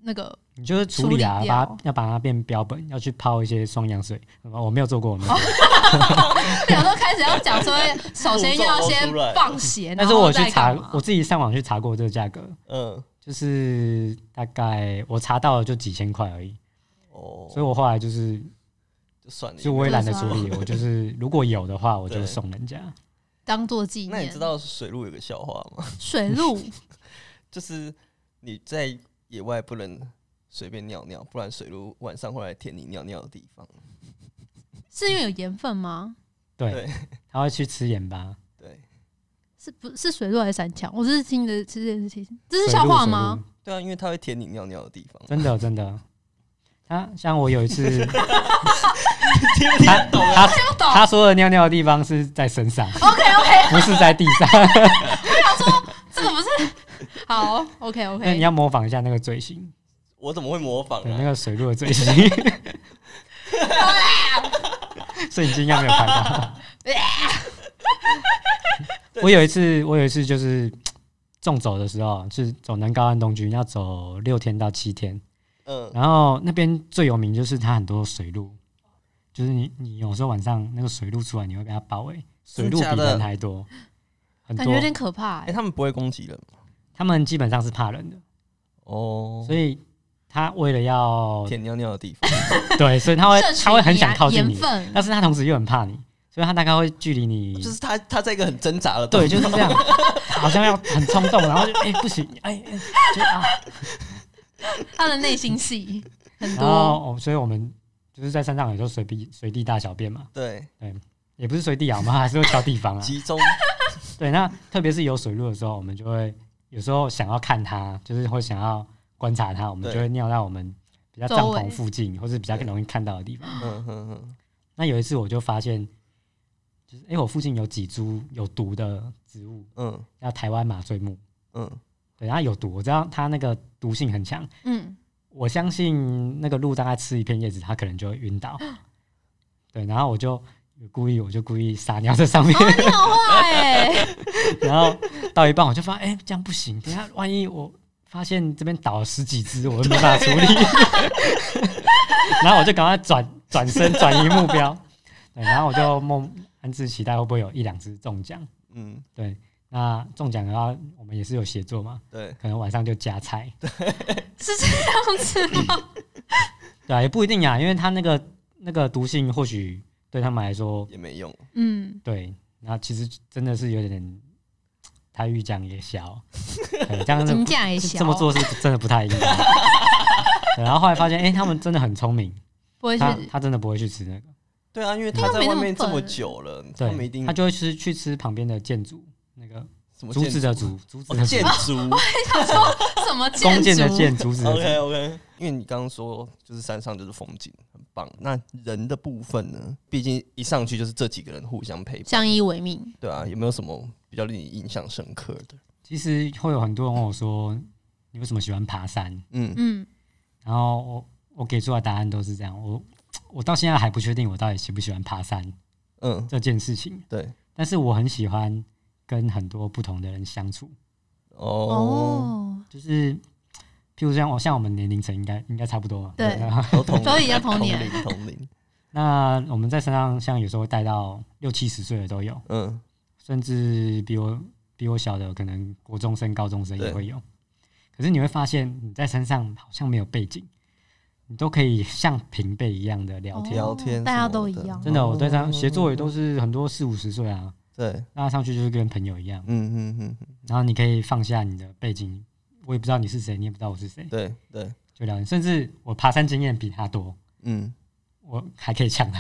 Speaker 2: 那个
Speaker 3: 你就是处理啊
Speaker 2: 处，理
Speaker 3: 把
Speaker 2: 掉
Speaker 3: 它要把它变标本，要去泡一些双氧水。呃我没有做过，我没有
Speaker 2: 哦
Speaker 3: 做过。
Speaker 2: 有时候开始要讲说，首先要先放血，
Speaker 3: 但是我去
Speaker 2: 然后再
Speaker 3: 查
Speaker 2: 干嘛，
Speaker 3: 我自己上网去查过这个价格，
Speaker 1: 嗯
Speaker 3: 就是大概我查到了就几千块而已，
Speaker 1: 哦，
Speaker 3: 所以我后来就是，
Speaker 1: 就算了，
Speaker 3: 所以我也懒得处
Speaker 2: 就
Speaker 3: 理，我就是如果有 的话，我就
Speaker 1: 对
Speaker 3: 送人家。
Speaker 2: 当做纪
Speaker 1: 那你
Speaker 2: 念
Speaker 1: 知。道水路有个笑话吗？
Speaker 2: 水路
Speaker 1: 就是你在野外不能随便尿尿，不然水路晚上会来舔你尿尿的地方。
Speaker 2: 是因为有盐分吗？
Speaker 3: 对
Speaker 1: 对，
Speaker 3: 他会去吃盐巴，
Speaker 1: 对
Speaker 2: 是不是水路还是三枪？我只是听的这件事情，这是笑话
Speaker 3: 水
Speaker 2: 吗
Speaker 3: 鹿？？
Speaker 1: 对啊，因为它会舔你尿尿的地方
Speaker 3: 水鹿。真的真的，他像我有 一次，
Speaker 1: 听不听
Speaker 3: 他
Speaker 1: 得懂啊？
Speaker 3: 他
Speaker 2: 不懂。
Speaker 3: 他说的尿尿的地方是在身上，
Speaker 2: OK OK，
Speaker 3: 不是在地上。
Speaker 2: 这个不是好 OK
Speaker 3: 那你
Speaker 2: OK。
Speaker 3: 要模仿一下那个嘴型，
Speaker 1: 我怎么会模仿
Speaker 3: 对那
Speaker 1: 啊？
Speaker 3: 个水路的嘴型。所以你今天应该没有拍到。我有一次，我有一次就是纵走的时候，是走南高安东区，要走六天到七天。
Speaker 1: 嗯，
Speaker 3: 然后那边最有名就是它很多水路，就是你你有时候晚上那个水路出来，你会被它包围，水路
Speaker 1: 真假
Speaker 3: 比
Speaker 1: 的
Speaker 3: 人还多，很
Speaker 2: 感觉有
Speaker 3: 多。
Speaker 2: 点可怕、
Speaker 1: 哎、
Speaker 2: 欸，
Speaker 1: 他们不会攻击人吗
Speaker 3: 他们基本上是怕人的，
Speaker 1: 哦，
Speaker 3: 所以他为了要
Speaker 1: 舔尿尿的地方。
Speaker 3: 对，所以他会
Speaker 2: 摄取啊
Speaker 3: 他会很想靠近
Speaker 2: 盐
Speaker 3: 你，
Speaker 2: 分，
Speaker 3: 但是他同时又很怕你，所以他大概会距离你，
Speaker 1: 就是他他在一个很挣扎的
Speaker 3: 对，
Speaker 1: 地方
Speaker 3: 就是这样，好像要很冲动，然后就哎、不行，哎、哎就啊，
Speaker 2: 他的内心戏很
Speaker 3: 然
Speaker 2: 多。
Speaker 3: 后、哦、所以我们就是在山上有时候随地随地大小便嘛，
Speaker 1: 对
Speaker 3: 也不是随地啊，我们还是会挑地方啊。
Speaker 1: 集 中
Speaker 3: 对，那特别是有水路的时候，我们就会有时候想要看它，就是会想要观察它，我们
Speaker 1: 对
Speaker 3: 就会尿到我们比较
Speaker 2: 周
Speaker 3: 帐
Speaker 2: 围
Speaker 3: 篷附近，或是比较容易看到的地方。
Speaker 1: 嗯嗯哼哼，
Speaker 3: 那有一次我就发现，就是哎、诶我附近有几株有毒的植物，
Speaker 1: 嗯
Speaker 3: 叫台湾麻醉木，
Speaker 1: 嗯
Speaker 3: 对，它有毒，我知道它那个毒性很强，
Speaker 2: 嗯，
Speaker 3: 我相信那个鹿大概吃一片叶子，它可能就会晕倒。对，然后我就故意，我就故意撒尿在上面，
Speaker 2: 哇，你好坏哎、
Speaker 3: 然后到一半我就发现，哎、这样不行，等一下万一我发现这边倒了十几只，我会没办法处理。 然后我就赶快转转身转移目标，对，然后我就梦暗自期待会不会有一两只中奖。
Speaker 1: 嗯，
Speaker 3: 对，那中奖的话，我们也是有协作嘛，
Speaker 1: 对，
Speaker 3: 可能晚上就加菜。
Speaker 2: 是这样子吗？
Speaker 3: 对啊，也不一定啊，因为它那个那个毒性或许对他们来说，
Speaker 1: 也没用。
Speaker 2: 嗯，
Speaker 3: 对，那其实真的是有点，他欲讲也消，对这样子
Speaker 2: 金价也小，
Speaker 3: 这么做是真的不太应 该。对然后后来发现，哎、他们真的很聪明，
Speaker 2: 不会去
Speaker 3: 他他真的不会去吃那个，
Speaker 1: 对啊，因为他在
Speaker 2: 没那
Speaker 1: 外
Speaker 2: 么
Speaker 1: 面这么
Speaker 2: 笨
Speaker 1: 久了，他们一
Speaker 3: 对，
Speaker 1: 定
Speaker 3: 他就会吃去吃旁边的建筑那个
Speaker 1: 什么
Speaker 3: 竹
Speaker 1: 建
Speaker 3: 子的竹，竹子
Speaker 1: 哦
Speaker 3: 的竹
Speaker 1: 建，筑。
Speaker 2: 什么
Speaker 3: 弓箭的
Speaker 2: 筑
Speaker 3: 箭，竹子的
Speaker 1: OK
Speaker 3: 竹。
Speaker 1: OK，因为你刚刚说就是山上就是风景很棒，那人的部分呢？毕竟一上去就是这几个人互相陪伴，
Speaker 2: 相依为命。
Speaker 1: 对啊，有没有什么比较令你印象深刻的？
Speaker 3: 其实会有很多人问我说，你为什么喜欢爬山？
Speaker 1: 嗯
Speaker 2: 嗯，
Speaker 3: 然后我我给出的答案都是这样，我我到现在还不确定我到底喜不喜欢爬山
Speaker 1: 嗯，
Speaker 3: 这件事情，
Speaker 1: 对，
Speaker 3: 但是我很喜欢跟很多不同的人相处，
Speaker 1: 哦，
Speaker 2: 哦，
Speaker 3: 就是譬如像我像我们年龄层应该应该差不多嘛，
Speaker 2: 对
Speaker 3: 然后
Speaker 1: 嗯都同
Speaker 2: 所以要
Speaker 1: 同
Speaker 2: 童年
Speaker 1: 龄同龄，
Speaker 3: 那我们在山上像有时候会带到六七十岁的都有，
Speaker 1: 嗯，
Speaker 2: 哦
Speaker 3: 甚至比我比我小的可能国中生、高中生也
Speaker 1: 对
Speaker 3: 会有。可是你会发现你在山上好像没有背景，你都可以像平辈一样的聊天。
Speaker 1: 聊天什么的
Speaker 2: 大家都一样哦
Speaker 3: 真的，我对上协作也都是很多四五十岁啊，
Speaker 1: 对，
Speaker 3: 那上去就是跟朋友一样，
Speaker 1: 嗯嗯嗯嗯，
Speaker 3: 然后你可以放下你的背景，我也不知道你是谁，你也不知道我是谁，
Speaker 1: 对对，
Speaker 3: 就聊天。甚至我爬山经验比他多，
Speaker 1: 嗯，
Speaker 3: 我还可以呛他，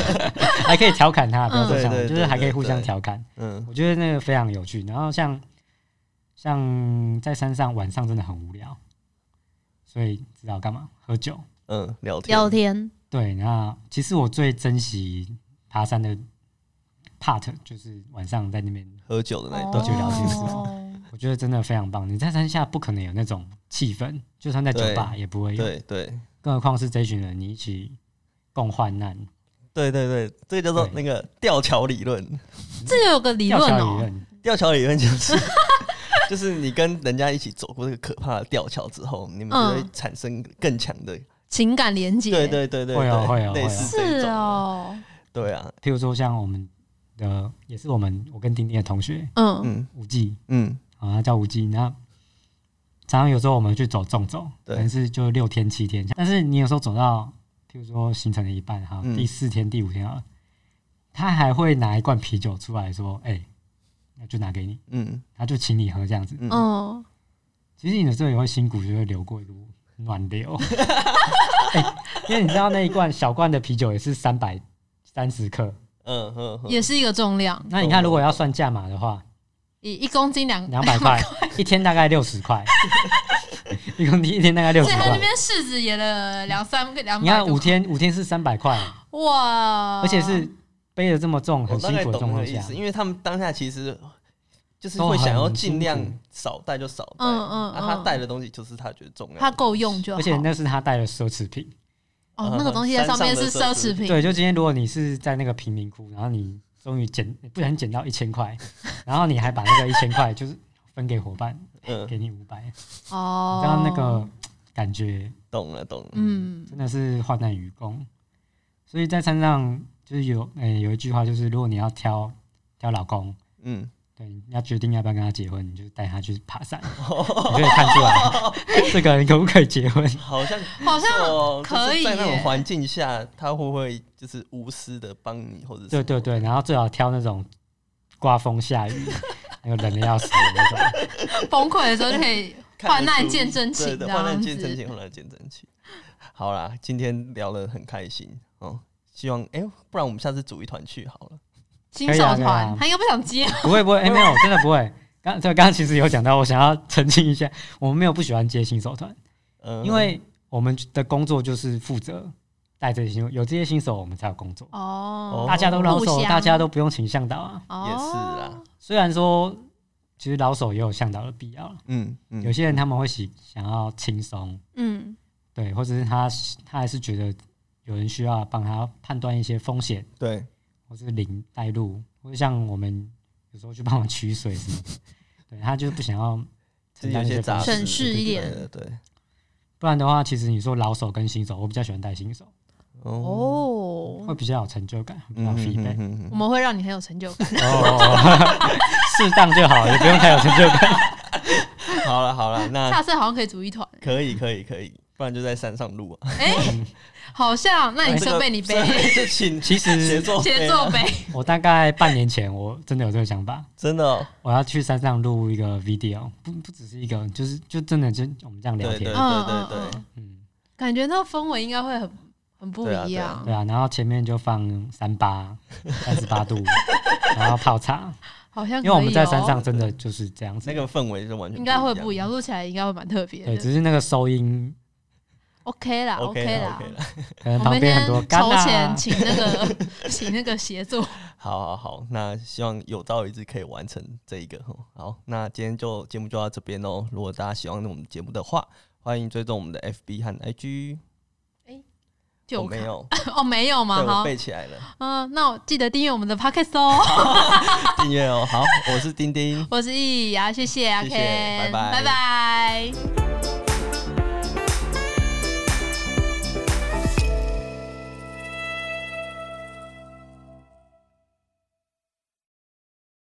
Speaker 3: 还可以调侃他，不要说
Speaker 1: 嗯
Speaker 3: 呛
Speaker 1: 对对
Speaker 3: 我，就是还可以互相
Speaker 1: 对对
Speaker 3: 调侃。
Speaker 1: 嗯
Speaker 3: 我觉得那个非常有趣。然后像像在山上晚上真的很无聊，所以知道干嘛？喝酒。
Speaker 1: 嗯，聊天
Speaker 2: 聊天，
Speaker 3: 对，那其实我最珍惜爬山的 part 就是晚上在那边，
Speaker 1: 喝酒的那一
Speaker 3: 多
Speaker 1: 段，
Speaker 3: 久聊天是
Speaker 2: 哦
Speaker 3: 我觉得真的非常棒。你在山下不可能有那种气氛，就算在酒
Speaker 1: 对
Speaker 3: 吧也不会有，
Speaker 1: 对对
Speaker 3: 更何况是这群人你一起共患难。
Speaker 1: 对对对，这个叫做那
Speaker 3: 对
Speaker 1: 个吊桥理论。
Speaker 2: 这个有个理
Speaker 3: 吊
Speaker 2: 论
Speaker 3: 桥理
Speaker 2: 哦，
Speaker 3: 论，
Speaker 1: 吊桥理论就是，就是你跟人家一起走过这个可怕的吊桥之后，你们就会
Speaker 2: 嗯
Speaker 1: 产生更强的，
Speaker 2: 情感连接，
Speaker 1: 对对对对，
Speaker 3: 会哦
Speaker 1: 对
Speaker 3: 会哦
Speaker 1: 类似这
Speaker 2: 是
Speaker 1: 种的，
Speaker 2: 哦，
Speaker 1: 对啊，
Speaker 3: 譬如说像我们的，也是我们我跟丁丁的同学
Speaker 2: 嗯
Speaker 1: 嗯
Speaker 3: 吴记，
Speaker 1: 嗯，
Speaker 3: 啊，它叫无机。那常常有时候我们去走纵走，
Speaker 1: 对
Speaker 3: 可能是就六天七天，但是你有时候走到，譬如说行程的一半哈，
Speaker 1: 嗯
Speaker 3: 第四天、第五天啊，他还会拿一罐啤酒出来说：“哎、那就拿给你，
Speaker 1: 嗯
Speaker 3: 他就请你喝这样子。
Speaker 1: 嗯
Speaker 2: 嗯，
Speaker 3: 其实你有时候也会辛苦，就会流过一股暖流、 哎因为你知道那一罐小罐的啤酒也是三百三十克，
Speaker 1: 嗯嗯，嗯
Speaker 2: 也是一个重量，
Speaker 3: 那你看如果要算价码的话，
Speaker 2: 一一公斤两
Speaker 3: 两百块，一天大概六十 块，一公斤一天大概六
Speaker 2: 所
Speaker 3: 十
Speaker 2: 以他那
Speaker 3: 块。
Speaker 2: 边市值也了两三个两
Speaker 3: 你
Speaker 2: 百
Speaker 3: 看
Speaker 2: 多，哦
Speaker 3: 五天，五天是三百块，
Speaker 2: 哇，
Speaker 3: 而且是背的这么重，
Speaker 1: 我
Speaker 3: 很
Speaker 1: 大
Speaker 3: 辛
Speaker 1: 概
Speaker 3: 苦的啊
Speaker 1: 懂
Speaker 3: 状
Speaker 1: 那个
Speaker 3: 况
Speaker 1: 意
Speaker 3: 下
Speaker 1: 思，，因为他们当下其实就是
Speaker 3: 都
Speaker 1: 会想要
Speaker 3: 很辛
Speaker 1: 尽量
Speaker 3: 苦
Speaker 1: 少带就少带，
Speaker 2: 嗯嗯
Speaker 1: 啊，他
Speaker 2: 嗯
Speaker 1: 带的东西就是他觉得重要的，
Speaker 2: 它够用就好，
Speaker 3: 而且那是嗯他带的奢侈品。
Speaker 2: 哦那个东西在上面是奢侈品，
Speaker 3: 对，就今天如果你是在那个贫民窟，然后你终于捡，不小心捡到一 千块，然后你还把那个一千块就是分给伙伴，
Speaker 1: 嗯，
Speaker 3: 给你五百，你
Speaker 2: 哦，
Speaker 3: 知道那个感觉
Speaker 1: 懂了懂了，
Speaker 2: 嗯
Speaker 3: 真的是患难与共。所以在山上就是有，诶、有一句话就是，如果你要挑挑老公，
Speaker 1: 嗯，
Speaker 3: 对，你要决定要不要跟他结婚，你就带他去爬山， 你就可以看出来这个人可不可以结婚。
Speaker 1: 好像
Speaker 3: 嗯
Speaker 2: 好像
Speaker 1: 不错就是
Speaker 2: 可以
Speaker 1: 在那种
Speaker 2: 耶
Speaker 1: 环境下，他会不会就是无私的帮你，或者
Speaker 3: 对
Speaker 1: 是
Speaker 3: 对对，然后最好挑那种刮风下雨，那个冷的要死的那种。
Speaker 2: 崩溃的时候就可以
Speaker 1: 看得
Speaker 2: 患难
Speaker 1: 出
Speaker 2: 见真
Speaker 1: 对
Speaker 2: 情，
Speaker 1: 对，
Speaker 2: 这
Speaker 1: 患难
Speaker 2: 样
Speaker 1: 见真
Speaker 2: 子。
Speaker 1: 情，患难见真情。好啦，今天聊得很开心哦，希望哎、不然我们下次组一团去好了。
Speaker 2: 新
Speaker 3: 可以
Speaker 2: 手
Speaker 3: 啊可以
Speaker 2: 团
Speaker 3: 啊，
Speaker 2: 他应该不想接，
Speaker 3: 不会不会，哎、没有，真的不会。刚对，刚刚其实有讲到，我想要澄清一下，我们没有不喜欢接新手团，
Speaker 1: 嗯、
Speaker 3: 因为我们的工作就是负责带这些新有这些新手，我们才有工作。
Speaker 2: 哦，
Speaker 3: 大家都老
Speaker 2: 互
Speaker 3: 手，
Speaker 2: 相
Speaker 3: 大家都不用请向导啊。
Speaker 2: 哦
Speaker 1: 也是啦，
Speaker 3: 虽然说，其实老手也有向导的必要了。
Speaker 1: 嗯嗯，
Speaker 3: 有些人他们会喜想要轻松，
Speaker 2: 嗯，
Speaker 3: 对，或者是他他还是觉得有人需要帮他判断一些风险，
Speaker 1: 对，
Speaker 3: 或是零带路，或者像我们有时候去帮忙取水什么的， 对他就是不想要
Speaker 1: 自
Speaker 3: 承
Speaker 1: 己有
Speaker 3: 担那
Speaker 1: 些
Speaker 3: 些风
Speaker 1: 杂
Speaker 3: 险。
Speaker 1: 事
Speaker 2: 省事一点
Speaker 1: 对对对，
Speaker 3: 不然的话，其实你说老手跟新手，我比较喜欢带新手，
Speaker 1: 哦，
Speaker 3: 会
Speaker 2: 哦，
Speaker 3: 比较有成就感，比较
Speaker 1: 嗯
Speaker 3: 有
Speaker 1: 嗯
Speaker 3: feedback
Speaker 1: 嗯。嗯
Speaker 2: 我
Speaker 1: 嗯
Speaker 2: 们会让你很有成就 感。
Speaker 3: 哦，适当就好，也不用太有成就感。
Speaker 1: 嗯好了好了，那
Speaker 2: 下次好像可以组一团，
Speaker 1: 可以可以可以，不然就在山上录啊。
Speaker 2: 哎， 好像
Speaker 3: 哎
Speaker 2: 那你
Speaker 1: 这个
Speaker 2: 设备你背，
Speaker 1: 这个就请
Speaker 3: 其
Speaker 1: 协
Speaker 3: 实
Speaker 1: 作
Speaker 2: 节
Speaker 1: 费
Speaker 2: 奏
Speaker 1: 啊
Speaker 2: 背，
Speaker 3: 我大概半年前，我真的有这个想法，
Speaker 1: 真的哦，
Speaker 3: 我要去山上录一个 video，不不只是一个，就是就真的就我们这样聊
Speaker 1: 对对
Speaker 3: 天，
Speaker 1: 对啊
Speaker 2: 嗯
Speaker 1: 对
Speaker 2: 嗯
Speaker 1: 对
Speaker 2: 嗯，
Speaker 3: 嗯，
Speaker 2: 感觉那氛围应该会很很不
Speaker 1: 对啊
Speaker 2: 一
Speaker 1: 对啊
Speaker 2: 样
Speaker 3: 对，啊，然后前面就放三八三十八度， 然后泡茶，
Speaker 2: 好像
Speaker 3: 因为我们在山
Speaker 2: 可以哦
Speaker 3: 上真的就是这样子
Speaker 1: 那，个氛围是完全
Speaker 2: 应该会不
Speaker 1: 不
Speaker 2: 一
Speaker 1: 样。
Speaker 2: 样，录起来应该会蛮特别
Speaker 3: 对，
Speaker 2: 的。
Speaker 3: 只是那个收音
Speaker 2: OK 啦
Speaker 1: OK 啦
Speaker 2: 啦
Speaker 1: OK 啦，
Speaker 3: 可能
Speaker 2: 我
Speaker 3: 旁
Speaker 2: 们
Speaker 3: 边
Speaker 2: 先
Speaker 3: 很多干
Speaker 2: 筹钱
Speaker 3: 啊，
Speaker 2: 请那个 请那个协作，
Speaker 1: 好好好，那希望有朝一日可以完成这一个哦。好，那今天就节目就到这边喽。如果大家喜欢我们节目的话，欢迎追踪我们的 FB 和 IG。
Speaker 2: 就
Speaker 1: 我没有，
Speaker 2: 哦没有吗？
Speaker 1: 对我
Speaker 2: 好，
Speaker 1: 背起来了，
Speaker 2: 嗯，那我记得订阅我们的 Podcast 哦。
Speaker 1: 订阅哦。好，我是丁丁。
Speaker 2: 我是易雅，谢谢阿 K，
Speaker 1: 谢拜拜
Speaker 2: 拜拜。